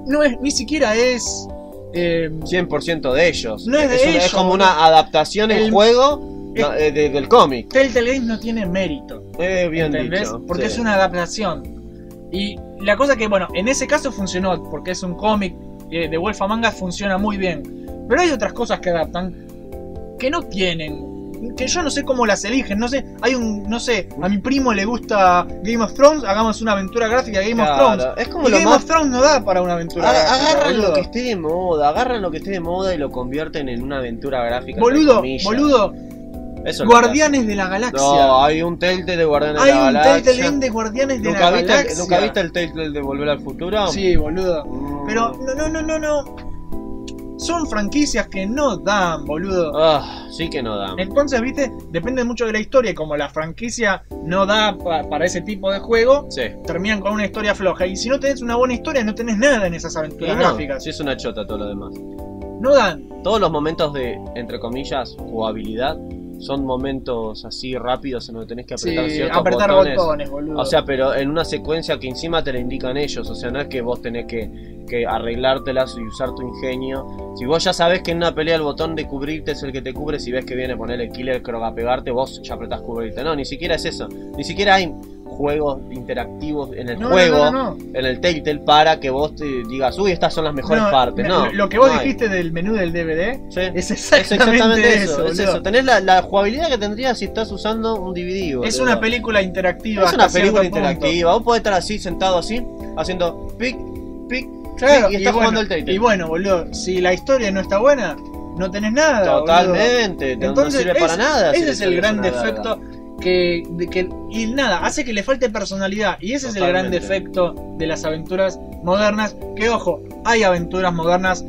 No es, ni siquiera es. eh,
100% de ellos.
No es de
una-
ellos,
como
boludo.
una adaptación en
El-
juego no,
es-
eh, de- del cómic.
Telltale Games no tiene mérito.
Eh, bien
¿Entendés?
dicho.
Porque
sí.
es una adaptación. Y la cosa que, bueno, en ese caso funcionó, porque es un cómic eh, de Wolf Among Us, funciona muy bien. Pero hay otras cosas que adaptan que no tienen. Que yo no sé cómo las eligen. No sé, hay un. No sé, a mi primo le gusta Game of Thrones, hagamos una aventura gráfica de Game
Claro,
of Thrones.
Es como
Y
lo
Game
más
of Thrones no da para una aventura.
Ah,
gráfica,
Agarran
boludo.
lo que esté de moda, agarran lo que esté de moda y lo convierten en una aventura gráfica. entre
Boludo,
comillas.
boludo,
Eso es lo que
Guardianes de la
hacen.
Galaxia.
No, hay un Telltale de Guardianes
ah. Hay
de la
un
Galaxia.
Telltale Game de Guardianes de
¿Nunca
la
viste,
Galaxia.
¿Nunca viste el Telltale de Volver al Futuro?
Sí, boludo.
Mm.
Pero no, no, no, no, no. Son franquicias que no dan, boludo.
Ah, sí que no dan.
Entonces, viste, depende mucho de la historia. Y como la franquicia no da pa- para ese tipo de juego,
Sí.
terminan con una historia floja. Y si no tenés una buena historia, no tenés nada en esas
Y
aventuras
no,
gráficas.
sí es una chota todo lo demás.
No dan.
Todos los momentos de, entre comillas, jugabilidad son momentos así rápidos en donde tenés que apretar
Sí,
ciertos
apretar botones,
botones.
boludo.
O sea, pero en una secuencia que encima te la indican ellos, o sea, no es que vos tenés que, que arreglártelas y usar tu ingenio. Si vos ya sabés que en una pelea el botón de cubrirte es el que te cubre, si ves que viene a poner el Killer Croc a pegarte, vos ya apretás cubrirte. No, ni siquiera es eso. Ni siquiera hay juegos interactivos en el
No, no,
juego,
no, no, no.
en el Telltale, para que vos te digas, uy, estas son las mejores
No,
partes. No,
lo- lo que vos
no hay.
dijiste del menú del DVD
Sí. Es
es exactamente,
exactamente
eso.
eso, es
boludo.
eso. Tenés la, la jugabilidad que tendrías si estás usando un DVD.
Es
boludo.
una película interactiva.
Es una
hasta cierto
película
punto.
interactiva. Vos podés estar así, sentado así, haciendo pic, pic,
Claro,
pic, y estás
bueno,
jugando el Telltale.
Y bueno, boludo, si la historia no está buena, no tenés nada. boludo.
Totalmente, no-
Entonces,
no sirve para
es-
nada. si
Ese
le
es el
sirves
gran
una verga.
defecto que, de que- Y nada, hace que le falte personalidad. Y ese es el gran
Totalmente.
defecto de las aventuras modernas. Que ojo, hay aventuras modernas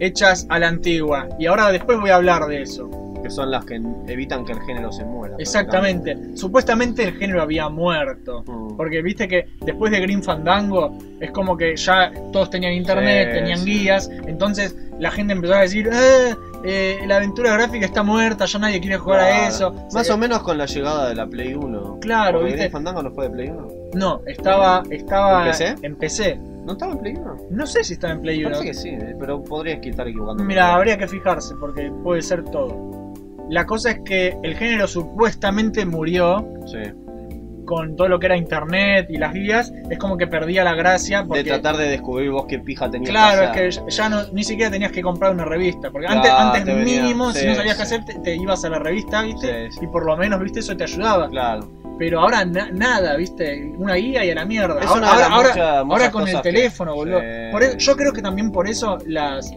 hechas a la antigua. Y ahora después voy a hablar de eso.
Que son las que evitan que el género se muera.
Exactamente. Supuestamente el género había muerto.
Mm.
Porque viste que después de Green Fandango es como que ya todos tenían internet,
Sí,
tenían
sí.
guías, entonces la gente empezó a decir, "Eh, eh, la aventura gráfica está muerta, ya nadie quiere jugar a
Claro.
eso.
Más
Sí,
o menos con la llegada de la Play 1.
Claro,
Porque
viste.
Green Fandango no fue de Play 1.
No, estaba, estaba
¿En PC?
en PC.
¿No estaba en Play 1?
No sé si estaba en Play 1.
Parece que sí, eh, pero podrías que estar equivocando.
Mira, habría que fijarse porque puede ser todo. La cosa es que el género supuestamente murió
Sí.
con todo lo que era internet y las guías, es como que perdía la gracia
De
porque
tratar de descubrir vos qué pija tenías
Claro,
que
es
hacer.
que ya- ya no, ni siquiera tenías que comprar una revista, porque
Claro,
antes, antes
te venía,
mínimo, si
sí,
no sabías qué
sí.
hacer, te, te ibas a la revista, ¿viste?
Sí, sí.
Y por lo menos, ¿viste? Eso te ayudaba.
Claro.
Pero ahora na- nada, ¿viste? Una guía y a la mierda.
Es
ahora
una de las
ahora- ahora-
muchas-
ahora
muchas
con el
cosas que-
teléfono, boludo.
Sí.
Por e- eso- yo creo que también por eso las,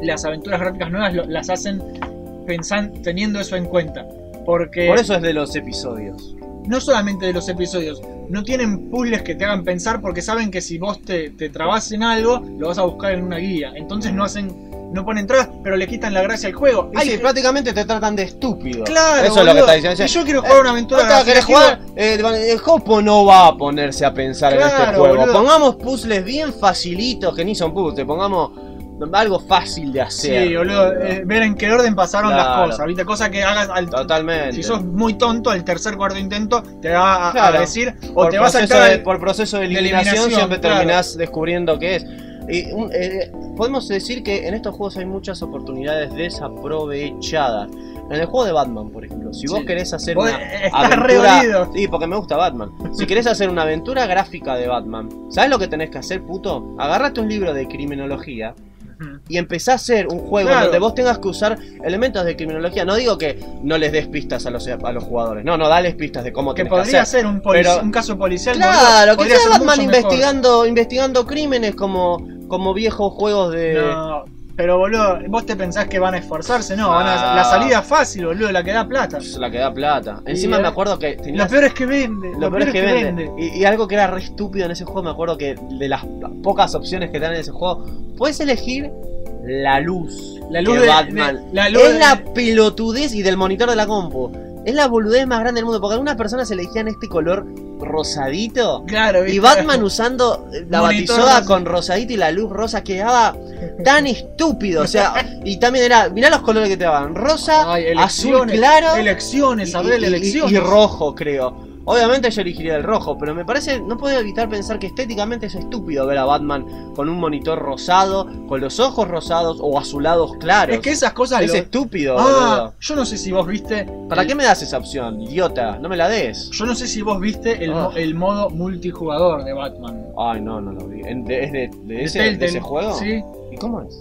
las aventuras gráficas nuevas lo- las hacen pensan, teniendo eso en cuenta. Porque
Por eso es de los episodios.
no solamente de los episodios, no tienen puzzles que te hagan pensar porque saben que si vos te, te trabas en algo, lo vas a buscar en una guía. Entonces no hacen, no ponen trabas, pero le quitan la gracia al juego.
Y
Hay
sí,
ge-
prácticamente te tratan de estúpido.
claro,
Eso es lo que
boludo.
está diciendo.
Y yo quiero jugar una aventura
¿Otra querés
quiero-
jugar? Eh, el Jopo no va a ponerse a pensar en este
Claro,
juego.
boludo.
Pongamos puzzles bien facilitos, que ni son puzzles. Pongamos algo fácil de hacer.
Sí, boludo, eh, ver en qué orden pasaron
Claro.
las cosas, ¿viste? Cosa que hagas al...
Totalmente.
Si sos muy tonto, al tercer cuarto intento te va a, a
Claro.
decir o
por,
te va a
proceso
sacar...
de,
al-
por proceso de
de
eliminación,
eliminación,
siempre
claro.
terminás descubriendo qué es. Y, un- eh, podemos decir que en estos juegos hay muchas oportunidades desaprovechadas. En el juego de Batman, por ejemplo, si vos
Sí.
querés hacer
Vos- eh,
una
estás re dolido.
Sí, porque me gusta Batman. Si querés hacer una aventura gráfica de Batman, ¿sabes lo que tenés que hacer, puto? Agarrate un libro de criminología,
Ujú.
y empezá a hacer un juego
Claro.
donde vos tengas que usar elementos de criminología. No digo que no les des pistas a los, a los jugadores, no, no, dales pistas de cómo
Que
tenés que
podría
hacer.
ser un, polic-
pero-
un caso policial.
Claro, que
podría
sea
ser
Batman
mucho mejor.
investigando, investigando crímenes como, como viejos juegos de.
No, pero boludo, vos te pensás que van a esforzarse, no, van a-
Ah.
la salida fácil, boludo, la que da plata.
Pss, La que da plata. Encima
eh,
me acuerdo que tenía.
Lo peor es que vende, lo, peor es que, vende.
Y, y algo que era re estúpido en ese juego, me acuerdo que de las pocas opciones que te dan en ese juego, puedes elegir la luz.
La luz
de
de-
Batman.
de- la luz
es
de-
la pelotudez y del monitor de la compu. Es la boludez más grande del mundo, porque algunas personas elegían este color rosadito.
Claro,
Y
viste,
Batman usando la
Monitor
batisoda
rosa.
con rosadito y la luz rosa quedaba tan estúpido. O sea, y también era, mirá los colores que te daban: rosa,
Ay,
azul claro
Elecciones, Abel, elecciones.
y rojo, creo. Obviamente yo elegiría el rojo, pero me parece, no puedo evitar pensar que estéticamente es estúpido ver a Batman con un monitor rosado, con los ojos rosados o azulados claros.
es que esas cosas.
es
lo-
estúpido,
Ah,
boludo.
yo no sé si vos viste.
¿Para
el-
qué me das esa opción, idiota? No me la des.
Yo no sé si vos viste el, mo-
Ah.
el modo multijugador de Batman.
Ay, no, no lo vi. ¿En- de- ¿Es de, de ese, de
Telltale,
ese juego?
Sí.
¿Y cómo es?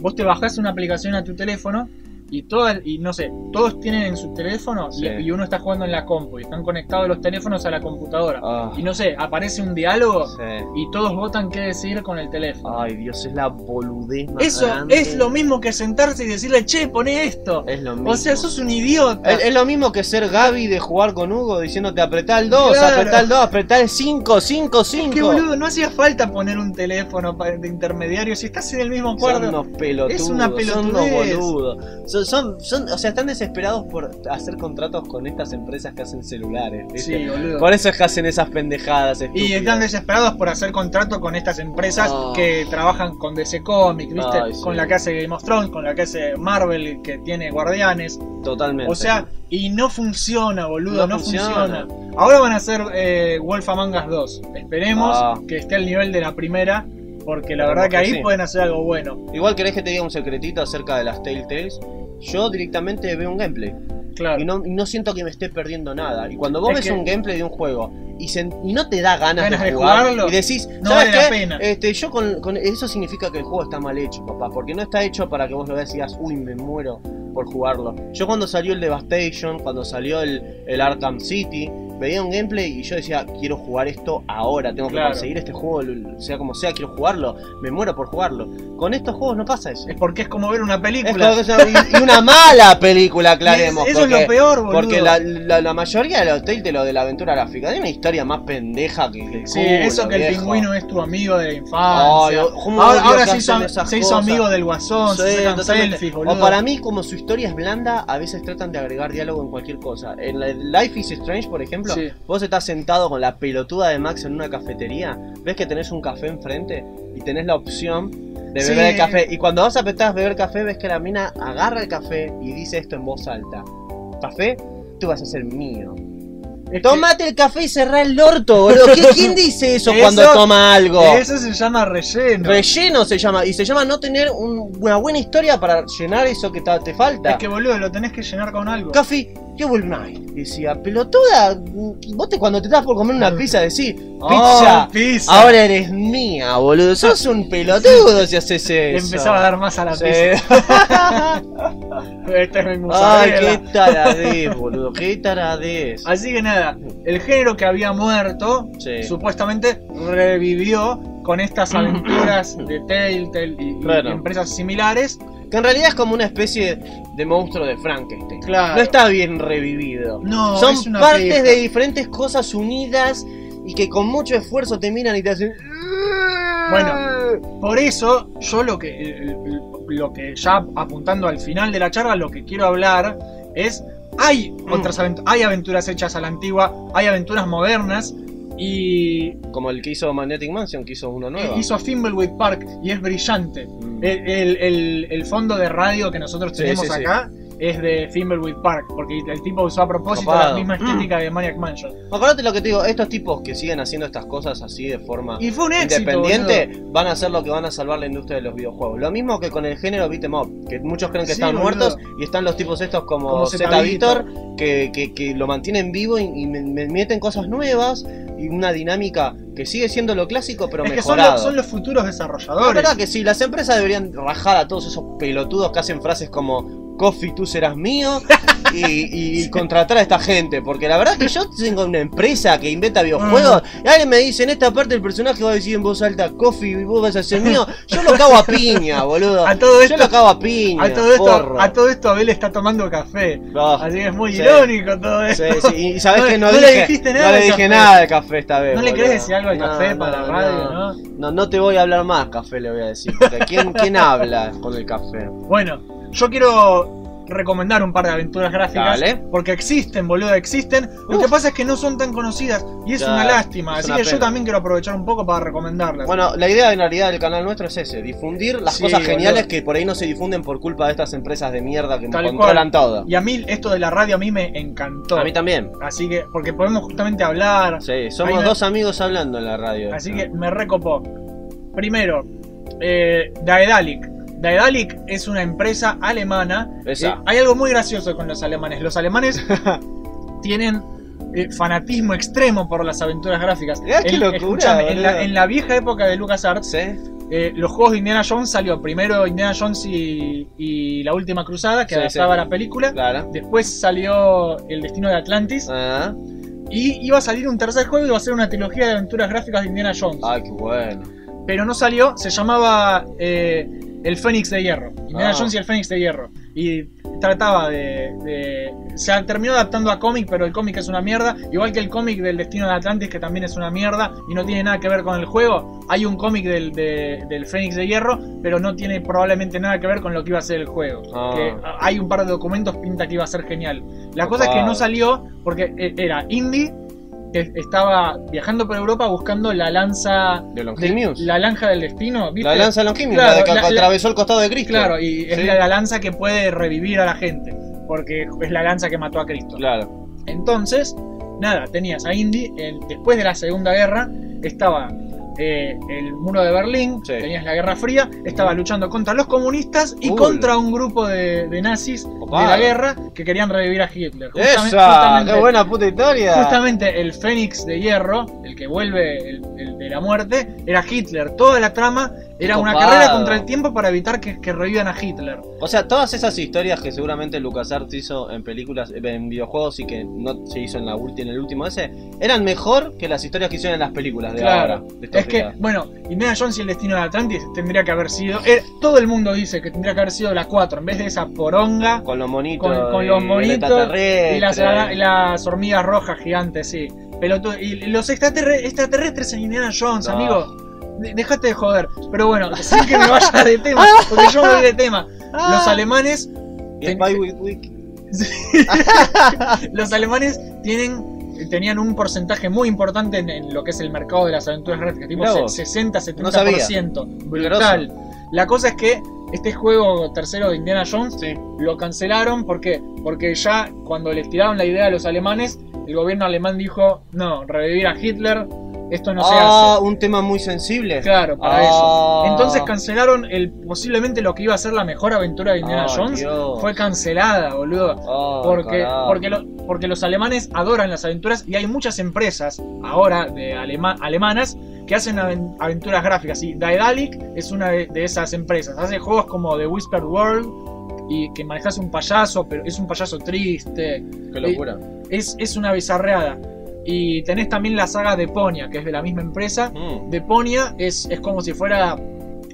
Vos te bajás una aplicación a tu teléfono y todas, y no sé, todos tienen en su teléfono y-
Sí.
y, uno está jugando en la compu y están conectados los teléfonos a la computadora.
Ah,
Y no sé, aparece un diálogo
sí.
y todos votan qué decir con el teléfono.
Ay, Dios, es la boludez Ah, más
Eso
grande.
es lo mismo que sentarse y decirle, che, poné esto.
Es lo mismo.
O sea, sos un idiota.
Es, es lo mismo que ser Gaby de jugar con Hugo diciéndote apretá el 2,
Claro.
apretá el 2, apretá el 5, 5, 5.
Que boludo, no hacía falta poner un teléfono pa- de intermediario. Si estás en el mismo
Son
cuarto,
unos pelotudos,
Es una
son unos
pelotudez.
boludos. Son, son, son- o sea, están desesperados por hacer contratos con estas empresas que hacen celulares. ¿viste?
Sí, boludo.
Por eso es que hacen esas pendejadas.
Y
estúpidas.
están desesperados por hacer contrato con estas empresas
Ah.
que trabajan con DC Comics, ¿viste?
Ay, sí.
Con la que hace Game of Thrones, con la que hace Marvel, que tiene Guardianes.
Totalmente.
O sea, y no funciona, boludo,
No
no,
funciona.
funciona. Ahora van a hacer eh, Wolf Among Us 2. Esperemos
Ah.
que esté al nivel de la primera, porque la
Esperemos
verdad que
que
ahí
sí.
pueden hacer algo bueno.
Igual querés que te diga un secretito acerca de las Telltales. Yo directamente veo un gameplay.
Claro.
y no, y no siento que me esté perdiendo nada. Y cuando vos
Ah. Es
ves
que-
un gameplay de un juego y, se- y no te da ganas,
Ganas
de,
de
jugar,
jugarlo,
y decís,
no
¿sabes
vale la
qué?
pena".
Este, yo con, con- eso significa que el juego está mal hecho, papá, porque no está hecho para que vos lo veas y digas, uy, me muero por jugarlo. Yo cuando salió el Devastation, cuando salió el, el Arkham City, veía un gameplay y yo decía, quiero jugar esto ahora, tengo que
Claro.
conseguir este juego, lo- sea como sea, quiero jugarlo, me muero por jugarlo. Con estos juegos no pasa eso.
Es porque es como ver una
Es
película.
como que es una- y una mala película,
[LAUGHS]
aclaremos.
Eso es
porque-
lo peor, boludo.
porque la, la, la mayoría de los Telltale lo de la aventura gráfica tiene una historia más pendeja que el
Sí,
culo,
eso que el
viejo.
pingüino es tu amigo de la
Ay,
infancia.
¿cómo
ahora
odio
ahora
que
se, hizo,
hacen esas
se hizo
cosas?
amigo del guasón,
Sí,
se sacan
totalmente.
selfies, boludo.
o para mí, como su historia es blanda, a veces tratan de agregar diálogo en cualquier cosa. En la- Life is Strange, por ejemplo,
Sí.
vos estás sentado con la pelotuda de Max en una cafetería, ves que tenés un café enfrente y tenés la opción de
Sí.
beber el café. Y cuando vas a apretar beber café, ves que la mina agarra el café y dice esto en voz alta. Café, tú vas a ser mío.
Es que
Tómate el café y cerrá el orto, boludo. ¿Qué- ¿Quién dice eso,
Eso-
cuando toma algo?
Eso eh, se llama relleno.
Relleno se llama, y se llama no tener un- una buena historia para llenar eso que ta- te falta.
es que boludo, lo tenés que llenar con algo.
Café, ¿qué will night? Decía, pelotuda, vos te, cuando te estás por comer una pizza decís, pizza,
Mm. Oh, pizza.
Ah, ahora eres mía, boludo,
[LAUGHS]
sos un pelotudo si haces
Le
eso.
empezaba a dar más a la
Sí.
pizza. [LAUGHS]
[LAUGHS]
Esta es mi
Ay,
mozzarella.
qué taradez, boludo, qué taradez.
Así que nada, el género que había muerto
Sí. Mm.
supuestamente revivió con estas aventuras de Telltale y, y
Claro.
empresas similares.
Que en realidad es como una especie de monstruo de Frankenstein.
Claro.
No está bien revivido.
No,
Son
es una
partes
pija.
de diferentes cosas unidas y que con mucho esfuerzo te miran y te hacen.
Bueno. Por eso, yo lo que, el- el- lo que ya apuntando al final de la charla, lo que quiero hablar es, hay
Mm.
otras avent- hay aventuras hechas a la antigua, hay aventuras modernas, y
Como el que hizo Magnetic Mansion, que hizo uno nuevo.
hizo Thimbleweed Park, y es brillante.
Mm.
El, el- el- el fondo de radio que nosotros
Sí,
tenemos
sí, sí.
acá es de Thimbleweed Park, porque el tipo usó a propósito
Copado. Mm.
la misma estética de Maniac Mansion.
Acordate lo que te digo, estos tipos que siguen haciendo estas cosas así de forma
Y fue un éxito.
independiente
boludo.
van a ser lo que van a salvar la industria de los videojuegos. Lo mismo que con el género beat'em up, que muchos creen que
Sí,
están
boludo.
muertos y están los tipos estos como
Como
Z
Zeta
Victor que, que, que lo mantienen vivo y, y me, me meten cosas nuevas y una dinámica que sigue siendo lo clásico pero
Es que son
mejorado.
los, son los futuros
La
desarrolladores.
verdad Ah, que sí, las empresas deberían rajar a todos esos pelotudos que hacen frases como Coffee, tú serás
[LAUGHS]
mío y, y contratar a esta gente. Porque la verdad que yo tengo una empresa que inventa
Ah.
videojuegos y alguien me dice en esta parte el personaje va a decir en voz alta Coffee y vos vas a ser mío. Yo lo cago a
[LAUGHS]
piña, boludo.
A todo
yo lo
esto,
cago a piña.
a todo esto,
porro.
a todo esto Abel está tomando café.
Ah,
Así que es muy
sí.
irónico todo
sí,
esto.
sí, Y sabés
[LAUGHS] No le-
que no,
no le
dije,
dijiste
no
nada
le
al
dije
café.
nada de café esta vez.
¿No le
boludo.
querés decir algo al
No,
café
no,
para la radio,
no.
no?
No, no te voy a hablar más café, le voy a decir. Porque ¿quién, ¿Quién habla con el café?
Bueno, yo quiero recomendar un par de aventuras gráficas.
Dale.
Porque existen, boludo, existen. Lo
Uf.
que pasa es que no son tan conocidas y es
Ya,
una lástima.
es
Así
una
que yo
pena.
también quiero aprovechar un poco para recomendarlas.
Bueno, la idea en realidad del canal nuestro es ese: difundir las
Sí,
cosas geniales
boludo.
que por ahí no se difunden por culpa de estas empresas de mierda que
Tal
controlan todo.
y a mí esto de la radio a mí me encantó.
A mí también.
Así que, porque podemos justamente hablar.
Sí, somos
Ahí me-
dos amigos hablando en la radio. Ah,
Así que me recopó. Primero, eh, Daedalic. Daedalic es una empresa alemana.
Esa.
Eh, hay algo muy gracioso con los alemanes.
[LAUGHS]
Los alemanes tienen eh, fanatismo extremo por las aventuras gráficas.
Mirá qué
En-
locura,
escuchame, en, la,
boludo.
en la vieja época de LucasArts,
Sí,
eh, los juegos de Indiana Jones salió primero Indiana Jones y, y La Última Cruzada, que
Sí,
adaptaba
sí.
la película.
claro.
Después salió El Destino de Atlantis.
Ah,
Y iba a salir un tercer juego y iba a ser una trilogía de aventuras gráficas de Indiana Jones.
ay, qué bueno.
Pero no salió, se llamaba eh, El Fénix de Hierro. Indiana
Ah.
Jones y el Fénix de Hierro. Y trataba de. de- se terminó adaptando a cómic, pero el cómic es una mierda. Igual que el cómic del Destino de Atlantis, que también es una mierda y no tiene nada que ver con el juego. Hay un cómic del, de- del Fénix de Hierro, pero no tiene probablemente nada que ver con lo que iba a ser el juego.
Ah.
Que a- hay un par de documentos, pinta que iba a ser genial. La cosa es que
Copado.
no salió porque eh, era indie. que Estaba viajando por Europa buscando la lanza
De
de-
Longinus. La,
La lanza del destino, ¿viste?
lanza de Longinus,
Claro,
la de que
la- la-
atravesó el costado de Cristo.
Claro, y es
Sí.
la, la lanza que puede revivir a la gente, porque es la lanza que mató a Cristo.
Claro.
Entonces, nada, tenías a Indy, el- después de la Segunda Guerra, estaba eh, el muro de Berlín,
Sí.
tenías la Guerra Fría, estaba luchando contra los comunistas y
Cool.
contra un grupo de, de nazis
Copado.
de la guerra que querían revivir a Hitler. Justamente-
¡Esa!
justamente-
¡Qué buena puta historia!
Justamente el Fénix de Hierro, el que vuelve el, el de la muerte, era Hitler. Toda la trama era una
Copado.
carrera contra el tiempo para evitar que, que revivan a Hitler.
O sea, todas esas historias que seguramente LucasArts hizo en películas, eh, en videojuegos y que no se hizo en la ulti, en el último ese, eran mejor que las historias que hicieron en las películas de
Claro.
ahora. de estos
Es que,
días.
bueno, Indiana Jones y el destino de Atlantis tendría que haber sido. eh, todo el mundo dice que tendría que haber sido la 4, en vez de esa poronga
con los monitos,
con, con
y
los
el
monitos
extraterrestre.
y las, y las hormigas rojas gigantes, sí. Pelotudo- y los extraterre- extraterrestres en Indiana Jones,
No.
amigo. De- Dejate de joder. Pero bueno, sin que me vaya de
[LAUGHS]
tema, porque yo voy de tema. Los alemanes
Ah, Y Spy with Wiki.
los alemanes tienen tenían un porcentaje muy importante en, en lo que es el mercado de las aventuras gráficas, tipo
Mirá vos.
60-70%. brutal. La cosa es que este juego tercero de Indiana Jones
Sí.
lo cancelaron, ¿por qué? Porque ya cuando les tiraron la idea a los alemanes, el gobierno alemán dijo, no, revivir a Hitler, esto no se
ah,
hace.
un tema muy sensible.
Claro, para ellos.
Ah.
Entonces cancelaron el posiblemente lo que iba a ser la mejor aventura de Indiana
Ay,
Jones.
Ah, Dios.
Fue cancelada, boludo.
Ah,
Porque,
carajo.
porque, lo- porque los alemanes adoran las aventuras y hay muchas empresas ahora de alema- alemanas que hacen aven- aventuras gráficas. Y Daedalic es una de, de esas empresas. Hace juegos como The Whispered World y que manejas un payaso, pero es un payaso triste.
Qué locura.
Es, es una bizarreada. Y tenés también la saga de Ponia, que es de la misma empresa.
Mm.
Deponia es, es como si fuera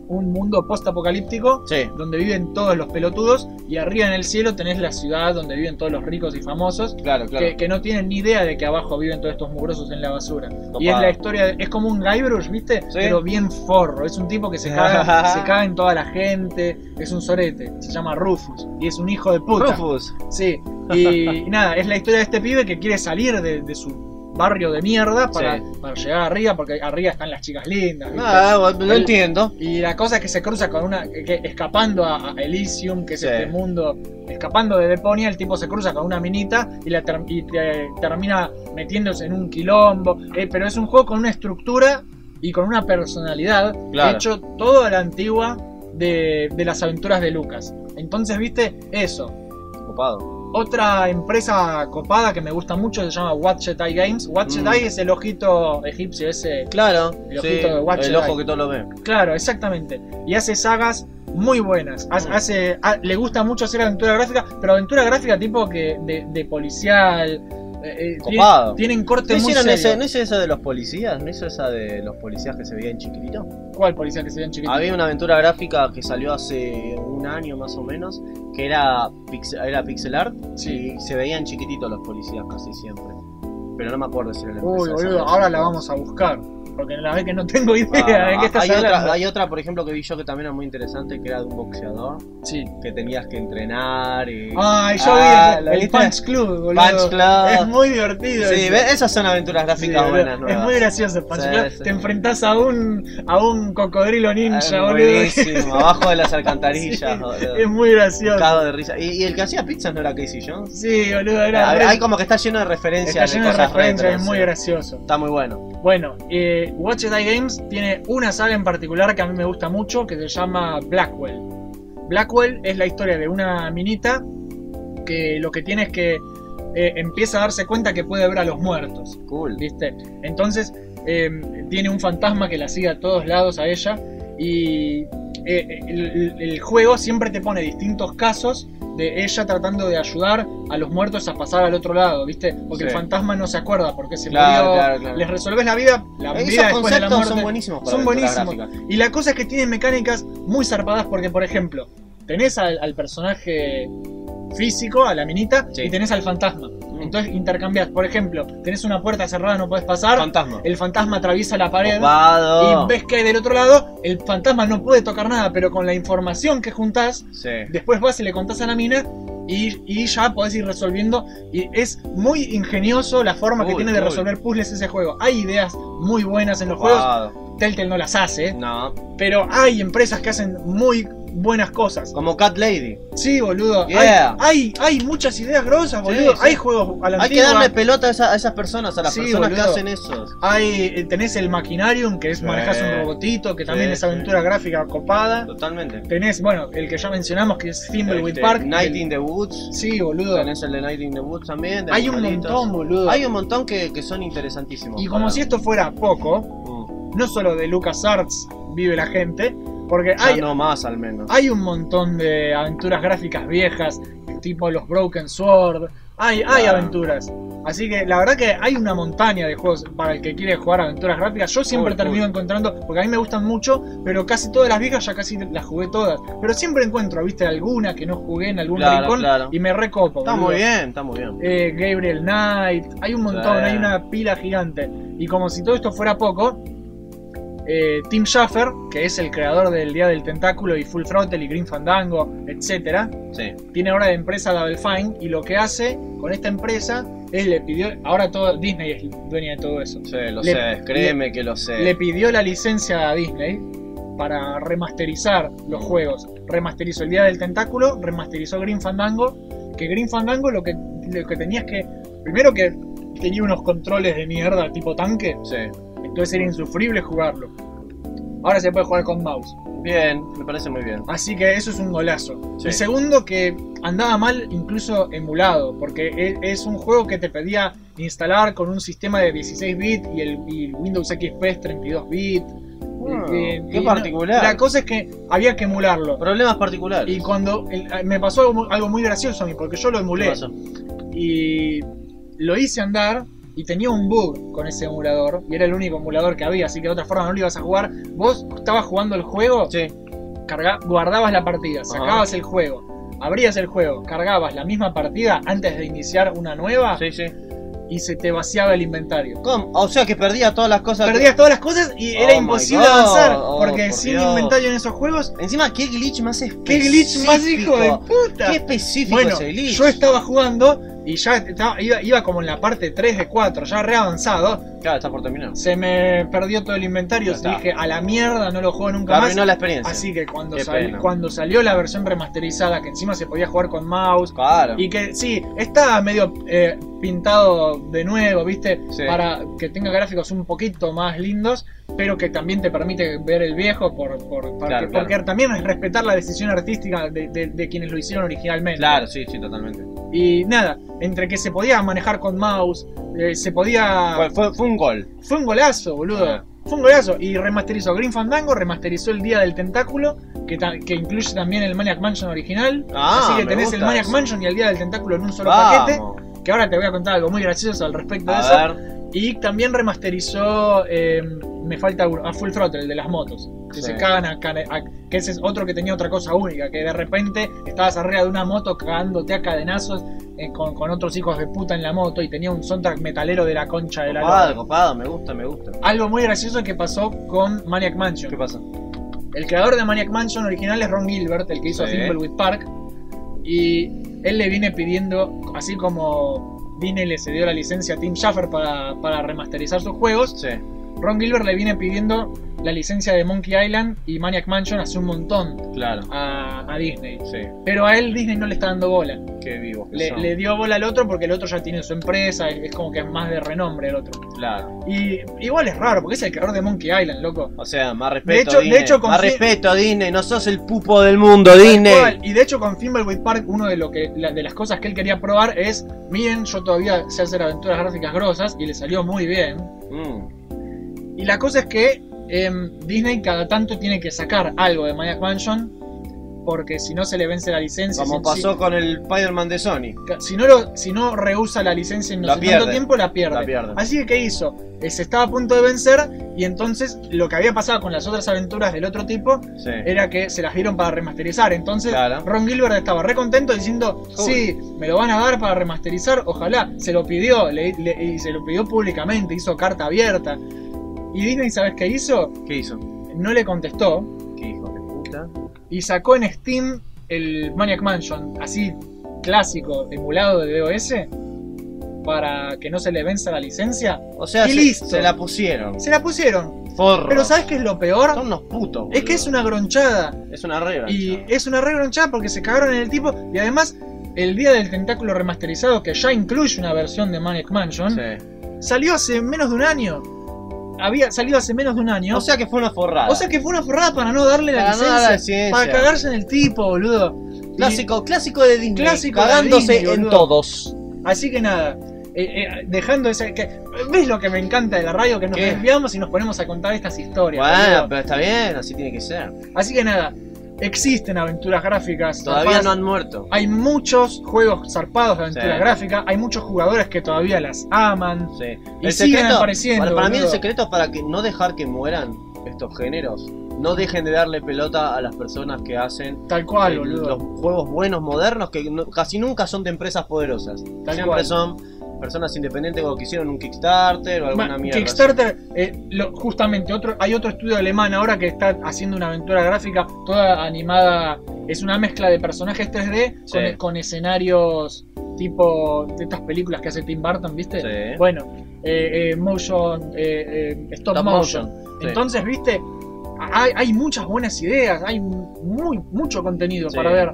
un mundo post-apocalíptico
Sí.
donde viven todos los pelotudos y arriba en el cielo tenés la ciudad donde viven todos los ricos y famosos
Claro, claro.
que, que no tienen ni idea de que abajo viven todos estos mugrosos en la basura. Y es
Copado.
la historia, de- es como un Guybrush, ¿viste?
Sí.
Pero bien forro, es un tipo que se
[LAUGHS]
caga, se caga en toda la gente, es un sorete, se llama Rufus y es un hijo de puta.
Rufus.
Sí, y, y nada, es la historia de este pibe que quiere salir de, de su barrio de mierda para,
Sí.
para llegar arriba, porque arriba están las chicas lindas. ¿viste?
Ah, bueno, no
El-
entiendo.
Y la cosa es que se cruza con una. que- que escapando a, a Elysium, que es
Sí.
este mundo. Escapando de Deponia, el tipo se cruza con una minita y, la ter- y te- termina metiéndose en un quilombo. Eh, pero es un juego con una estructura y con una personalidad.
Claro.
Hecho todo a la antigua de, de las aventuras de Lucas. Entonces, viste, eso.
Copado.
Otra empresa copada que me gusta mucho se llama Watchet Eye Games. Watchet
Mm.
Eye es el ojito egipcio, ese
Claro.
El
sí,
ojito de Watcher
el ojo
Eye.
que todo lo ve.
Claro, exactamente. Y hace sagas muy buenas.
Mm.
Hace, hace- ha- le gusta mucho hacer aventura gráfica, pero aventura gráfica tipo que de, de policial. eh, eh,
Copado.
tienen- Tienen
¿No
corte muy
hicieron
serio.
ese, ¿No hizo esa de los policías? ¿No hizo esa de los policías que se veían chiquititos?
¿Cuál policía que se vean chiquitos?
Había una aventura gráfica que salió hace un año más o menos, que era pixel, era pixel art
Sí.
y se veían chiquititos los policías casi siempre. Pero no me acuerdo si era la
Uy,
empresa esa
boludo,
de-
ahora la vamos a buscar. Porque la vez que no tengo [LAUGHS] idea
Ah,
de qué estás
hay,
hablando.
otra, hay otra, por ejemplo, que vi yo que también era muy interesante, que era de un boxeador,
Sí.
que tenías que entrenar y...
Ay, yo
Ah,
vi
¿la
el, el
viste?
Punch Club, boludo.
Punch Club.
Es muy divertido.
Sí,
ese.
¿ves? esas son aventuras
Sí,
gráficas
boludo,
buenas,
es
nuevas.
muy gracioso, Punch
Sí,
Club.
sí.
Te enfrentás a un, a un cocodrilo ninja,
Ah,
boludo.
buenísimo, abajo de las alcantarillas,
[LAUGHS] Sí,
boludo.
[LAUGHS] Es muy gracioso.
Cago de risa. ¿Y, y el que hacía pizzas no era Casey Jones?
Sí, boludo, era.
Hay
re-
hay como que está lleno de referencias.
está lleno de
cosas
referencias,
retro,
es muy
sí.
gracioso.
Está muy bueno.
Bueno, eh, Watch It Die Games tiene una saga en particular que a mí me gusta mucho, que se llama Blackwell. Blackwell es la historia de una minita que lo que tiene es que eh, empieza a darse cuenta que puede ver a los muertos,
Cool.
¿viste? Entonces eh, tiene un fantasma que la sigue a todos lados a ella y eh, el, el juego siempre te pone distintos casos de ella tratando de ayudar a los muertos a pasar al otro lado, ¿viste? Porque el
Sí.
fantasma no se acuerda porque se
Claro,
murió,
claro, claro.
les resolvés la vida, la
Esos
vida después de la
conceptos
muerte.
son buenísimos. Para
Son
aventuras
buenísimos.
gráficas.
Y la cosa es que tienen mecánicas muy zarpadas porque, por ejemplo, tenés al, al personaje físico, a la minita,
Sí.
y tenés al fantasma.
Mm.
Entonces intercambiás, por ejemplo, tenés una puerta cerrada, no podés pasar,
Fantasma.
el fantasma atraviesa la pared.
Copado.
Y ves que hay del otro lado, el fantasma no puede tocar nada, pero con la información que juntás,
Sí.
después vas y le contás a la mina y, y ya podés ir resolviendo. Y es muy ingenioso la forma que
Uy,
tiene de
uy.
resolver puzzles ese juego. Hay ideas muy buenas en los juegos,
Copado.
Telltale no las hace,
No.
pero hay empresas que hacen muy buenas cosas.
Como Cat Lady.
Sí, boludo. hay-
Yeah.
Hay, hay, muchas ideas grosas,
Sí,
boludo.
sí.
Hay juegos a la
Hay que
antigua.
darle pelota a, esa- a esas personas, a las
Sí,
personas que
boludo.
hacen eso.
Hay, eh, tenés el Maquinarium, que es
Sí.
manejas un robotito, que también
Sí,
es aventura gráfica copada.
Totalmente.
Tenés, bueno, el que ya mencionamos, que es Thimbleweed
Este,
Park.
Night
el-
in the Woods.
Sí, boludo.
Tenés el de Night in the Woods también. de
Hay un
animalitos.
montón, boludo.
Hay un montón que, que son interesantísimos.
Y como si esto fuera poco,
Mm.
no solo de LucasArts vive la gente, porque
Ya
hay,
no más al menos.
hay un montón de aventuras gráficas viejas, tipo los Broken Sword, hay, hay
Claro.
aventuras. Así que la verdad que hay una montaña de juegos para el que quiere jugar aventuras gráficas. Yo siempre
Cool,
termino
cool.
encontrando, porque a mí me gustan mucho, pero casi todas las viejas ya casi las jugué todas. Pero siempre encuentro, viste, alguna que no jugué en algún
Claro,
rincón
claro.
y me recopo.
Está
boludo.
muy bien, está muy bien.
eh, Gabriel Knight, hay un montón,
Sí.
hay una pila gigante. Y como si todo esto fuera poco, eh, Tim Schafer, que es el creador del Día del Tentáculo y Full Throttle y Green Fandango, etcétera,
Sí.
tiene ahora de empresa Double Fine y lo que hace con esta empresa es le pidió, ahora todo Disney es dueña de todo eso,
Sí, lo
Le-
sé, créeme que lo sé.
le pidió la licencia a Disney para remasterizar los juegos. Remasterizó el Día del Tentáculo, remasterizó Green Fandango, que Green Fandango lo que, lo que tenía es que, primero que tenía unos controles de mierda tipo tanque,
Sí.
entonces era insufrible jugarlo. Ahora se puede jugar con mouse.
Bien, me parece muy bien.
Así que eso es un golazo.
Sí.
Y segundo, que andaba mal incluso emulado, porque e- es un juego que te pedía instalar con un sistema de 16 bits y el y Windows XP es 32 bits.
Wow,
Eh,
Ah, qué
y no-
particular.
la cosa es que había que emularlo.
Problemas particulares.
Y cuando el- me pasó algo, mu- algo muy gracioso a mí, porque yo lo
¿Qué
emulé
pasó?
y lo hice andar y tenía un bug con ese emulador y era el único emulador que había, así que de otra forma no lo ibas a jugar. Vos estabas jugando el juego,
Sí.
carga- guardabas la partida,
Ajá.
sacabas el juego, abrías el juego, cargabas la misma partida antes de iniciar una nueva
Sí, sí.
y se te vaciaba el inventario.
¿Cómo? O sea que perdía todas las cosas. que-
Perdías todas las cosas y
Oh
era
my
imposible
God,
avanzar
oh,
porque
por
sin
Dios.
inventario en esos juegos
Encima, qué glitch más específico.
¡Qué glitch más hijo de puta!
Qué específico
Bueno,
ese glitch.
yo estaba jugando y ya estaba- iba, iba como en la parte 3 de 4, ya re avanzado.
Claro, está por terminar.
Se me perdió todo el inventario,
Ya está.
dije a la mierda, no lo juego nunca más.
Arruinó la experiencia.
Así que cuando,
Qué
sal-
pena.
cuando salió la versión remasterizada, que encima se podía jugar con mouse,
Claro.
y que sí, está medio eh, pintado de nuevo, ¿viste?
Sí.
Para que tenga gráficos un poquito más lindos, pero que también te permite ver el viejo, por, por, para
Claro,
que-
claro.
porque también es respetar la decisión artística de, de- de quienes lo hicieron originalmente.
Claro, sí, sí, totalmente.
Y nada, entre que se podía manejar con mouse, eh, se podía...
Fue, fue- fue un gol.
Fue un golazo,
Ah.
boludo. Fue un golazo. Y remasterizó Green Fandango, remasterizó El Día del Tentáculo, que, ta- que incluye también el Maniac Mansion original.
Ah,
Así que
me
tenés el
gusta
Maniac
eso.
Mansion y el Día del Tentáculo en un solo paquete.
Vamos.
Que ahora te voy a contar algo muy gracioso al respecto de eso.
A ver.
Y también remasterizó, eh, me falta uno, a Full Throttle, el de las motos. Que
Sí.
se cagan a, cane- a- Que ese es otro que tenía otra cosa única, que de repente estabas arriba de una moto cagándote a cadenazos eh, con, con otros hijos de puta en la moto y tenía un soundtrack metalero de la concha de la lora.
Copado, copado, me gusta, me gusta.
Algo muy gracioso que pasó con Maniac Mansion.
¿Qué pasa?
El creador de Maniac Mansion original es Ron Gilbert, el que hizo
Sí.
Thimbleweed Park. Y él le viene pidiendo, así como Disney le cedió la licencia a Tim Schafer para, para remasterizar sus juegos,
Sí.
Ron Gilbert le viene pidiendo la licencia de Monkey Island y Maniac Mansion hace un montón
Claro.
a, a Disney.
Sí.
Pero a él Disney no le está dando bola.
Qué vivo. que
Le,
son.
le dio bola al otro porque el otro ya tiene su empresa, es como que es más de renombre el otro.
Claro.
Y igual es raro, porque es el creador de Monkey Island, loco.
O sea, más respeto.
De hecho- de
Disney.
hecho,
más
confí-
respeto, Disney. No sos el pupo del mundo,
Tal
Disney.
cual. Y de hecho con Thimbleweed Park uno de lo que la- de las cosas que él quería probar es, miren, yo todavía sé hacer aventuras gráficas grosas y le salió muy bien.
Mm,
Y la cosa es que em, Disney cada tanto tiene que sacar algo de Maniac Mansion porque si no se le vence la licencia.
Como
si-
pasó con el Spider-Man de Sony.
si, si no lo- si no rehúsa la licencia en no
La
sé
pierde.
tanto tiempo la pierde. Ah,
La pierde.
Así que qué hizo? Eh, se estaba a punto de vencer y entonces lo que había pasado con las otras aventuras del otro tipo
Sí.
era que se las dieron para remasterizar. Entonces,
Claro.
Ron Gilbert estaba re contento diciendo, sí, me lo van a dar para remasterizar, ojalá. Se lo pidió, le- le- y se lo pidió públicamente, hizo carta abierta. Y Disney, ¿sabes qué hizo?
¿Qué hizo?
No le contestó
¿Qué hijo de puta?
y sacó en Steam el Maniac Mansion, así clásico, emulado de DOS, para que no se le venza la licencia.
O sea,
Y
se,
listo.
se la pusieron.
Se la pusieron.
Forro.
Pero ¿sabes qué es lo peor?
Son unos putos.
Es
boludo.
que es una gronchada.
Es una regla.
Y
chaval.
es una re gronchada porque se cagaron en el tipo. Y además, el día del tentáculo remasterizado, que ya incluye una versión de Maniac Mansion,
Sí.
salió hace menos de un año. Había salido hace menos de un año.
O sea que fue una forrada.
O sea que fue una forrada para no darle la
Para no
licencia.
dar la licencia.
Para cagarse en el tipo, boludo. Y-
Clásico, clásico de Disney.
Clásico de
cagándose
Disney,
en
boludo.
todos.
así que nada. eh, eh, dejando ese. Que, ¿Ves lo que me encanta de la radio? Que nos
¿Qué?
desviamos y nos ponemos a contar estas historias.
Bueno,
boludo.
pero está bien, así tiene que ser.
Así que nada. Existen aventuras gráficas.
Todavía
zarpadas,
no han muerto.
Hay muchos juegos zarpados de aventura
Sí.
gráfica, hay muchos jugadores que todavía las aman.
Sí.
Y siguen apareciendo,
para, para mí el
boludo.
secreto para que no dejar que mueran estos géneros, no dejen de darle pelota a las personas que hacen
Tal cual,
eh, los
boludo.
juegos buenos modernos que no- casi nunca son de empresas poderosas. Siempre
cual.
son personas independientes o que hicieron un Kickstarter o alguna
Ma-
mierda.
Kickstarter, eh, lo- justamente, otro, hay otro estudio alemán ahora que está haciendo una aventura gráfica toda animada. Es una mezcla de personajes 3D
Sí.
con, con escenarios tipo de estas películas que hace Tim Burton, ¿viste?
Sí.
Bueno, eh, eh, motion, eh, eh, stop,
Stop
motion.
motion. Sí.
Entonces, viste, hay, hay muchas buenas ideas, hay muy, mucho contenido
Sí.
para ver.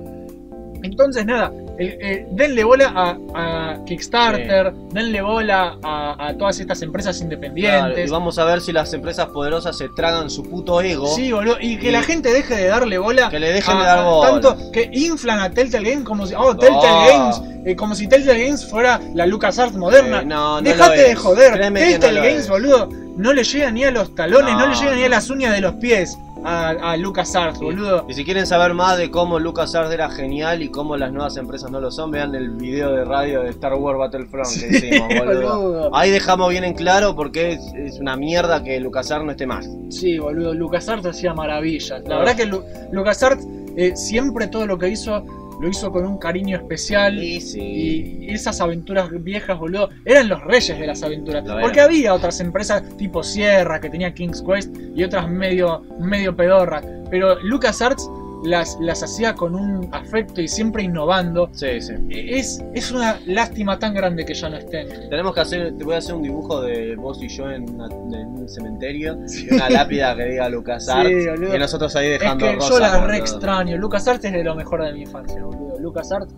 Entonces, nada, el- eh, denle bola a, a Kickstarter, denle bola a, a todas estas empresas
Claro, y
independientes.
vamos a ver si las empresas poderosas se tragan su puto ego.
Sí, boludo, y que
Y-
la gente deje de darle bola.
Que le dejen
a-
de dar
a
bola.
Tanto que inflan a Telltale Games como si. Oh, Telltale
No.
Games. eh, como si Telltale Games fuera la LucasArts moderna.
Eh, no, no lo
Dejate de
es.
joder.
Créeme que
Telltale
no lo
Games,
es.
boludo, no le llega ni a los talones,
No,
no, le llega ni a
no.
las uñas de los pies a, a LucasArts, boludo. [LAUGHS]
Y si quieren saber más de cómo LucasArts era genial y cómo las nuevas empresas no lo son, vean el video de radio de Star Wars Battlefront que
[LAUGHS]
hicimos, boludo.
boludo.
Ahí dejamos bien en claro porque es, es una mierda que LucasArts no esté más.
Sí, boludo, LucasArts hacía maravillas. La
Ah.
verdad que Lu- LucasArts eh, siempre todo lo que hizo lo hizo con un cariño especial.
Y sí.
Y esas aventuras viejas, boludo, eran los reyes de las aventuras.
Lo eran.
Porque había otras empresas tipo Sierra que tenía King's Quest y otras medio, medio pedorras. Pero LucasArts las, las hacía con un afecto y siempre innovando.
Sí,
E-,
sí.
Es, es una lástima tan grande que ya no estén.
Tenemos que hacer, te voy a hacer un dibujo de vos y yo en, una- en un cementerio, una lápida que diga Lucas
Sí, boludo.
y nosotros ahí
Es
dejando
que yo
rosas,
las re
boludo.
extraño. LucasArts es de lo mejor de mi infancia, boludo. LucasArts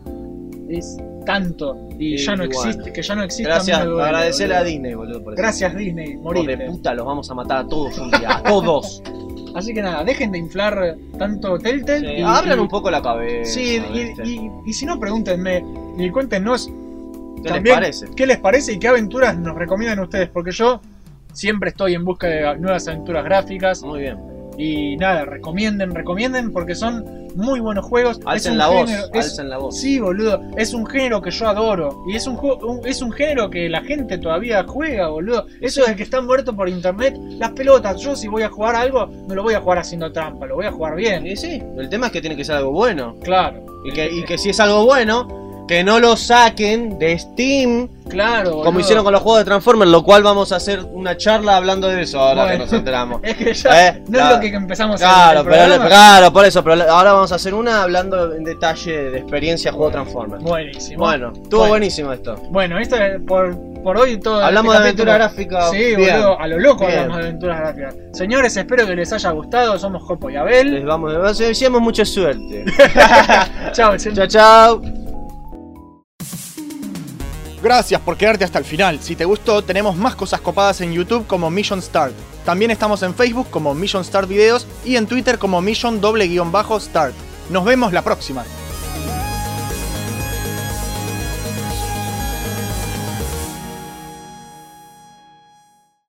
es tanto y,
Y
ya no
bueno.
existe, que ya no existe.
Gracias,
a mí me duele,
agradecerle
boludo.
a Disney, boludo, por eso.
Gracias Disney,
Hijos de
morite.
puta, los vamos a matar a todos un día, a
[LAUGHS]
todos.
Así que nada, dejen de inflar tanto Telltale
Sí,
y,
abran
y-
un poco la cabeza.
Sí, y,
¿viste?
y- y si no, pregúntenme y cuéntenos
¿Qué les
también
parece?
qué les parece y qué aventuras nos recomiendan ustedes, porque yo siempre estoy en busca de nuevas aventuras gráficas
Muy bien.
y nada, recomienden, recomienden porque son muy buenos juegos.
Alcen la voz,
género- es-
alcen la voz.
Sí, boludo, es un género que yo adoro y es un, ju- un- es un género que la gente todavía juega, boludo. Eso de que están muertos por internet, las pelotas, yo si voy a jugar algo, no lo voy a jugar haciendo trampa, lo voy a jugar bien.
Y sí, el tema es que tiene que ser algo bueno.
Claro,
Y que, y
[LAUGHS]
que si es algo bueno, que no lo saquen de Steam,
claro.
como
boludo.
hicieron con los juegos de Transformers, lo cual vamos a hacer una charla hablando de eso ahora que
Bueno.
nos
[LAUGHS]
enteramos.
Es que ya
Eh,
no
claro.
es lo que empezamos el-
Claro,
el
pero,
programa.
claro, por eso, pero ahora vamos a hacer una hablando en detalle de experiencia juego Transformers.
Buenísimo.
Bueno, estuvo
Bueno.
buenísimo esto.
Bueno, esto es por, por hoy todo.
Hablamos
este
de aventura
capítulo.
gráfica,
Sí,
bien.
boludo, a lo loco
Bien.
hablamos de aventuras gráficas. Señores, espero que les haya gustado. Somos Jopo y Abel.
Les vamos, les deseamos mucha suerte.
Chao, chicos.
chao, chao.
Gracias por quedarte hasta el final. Si te gustó, tenemos más cosas copadas en YouTube como Mission Start. También estamos en Facebook como Mission Start Videos y en Twitter como Mission doble guión bajo Start. Nos vemos la próxima.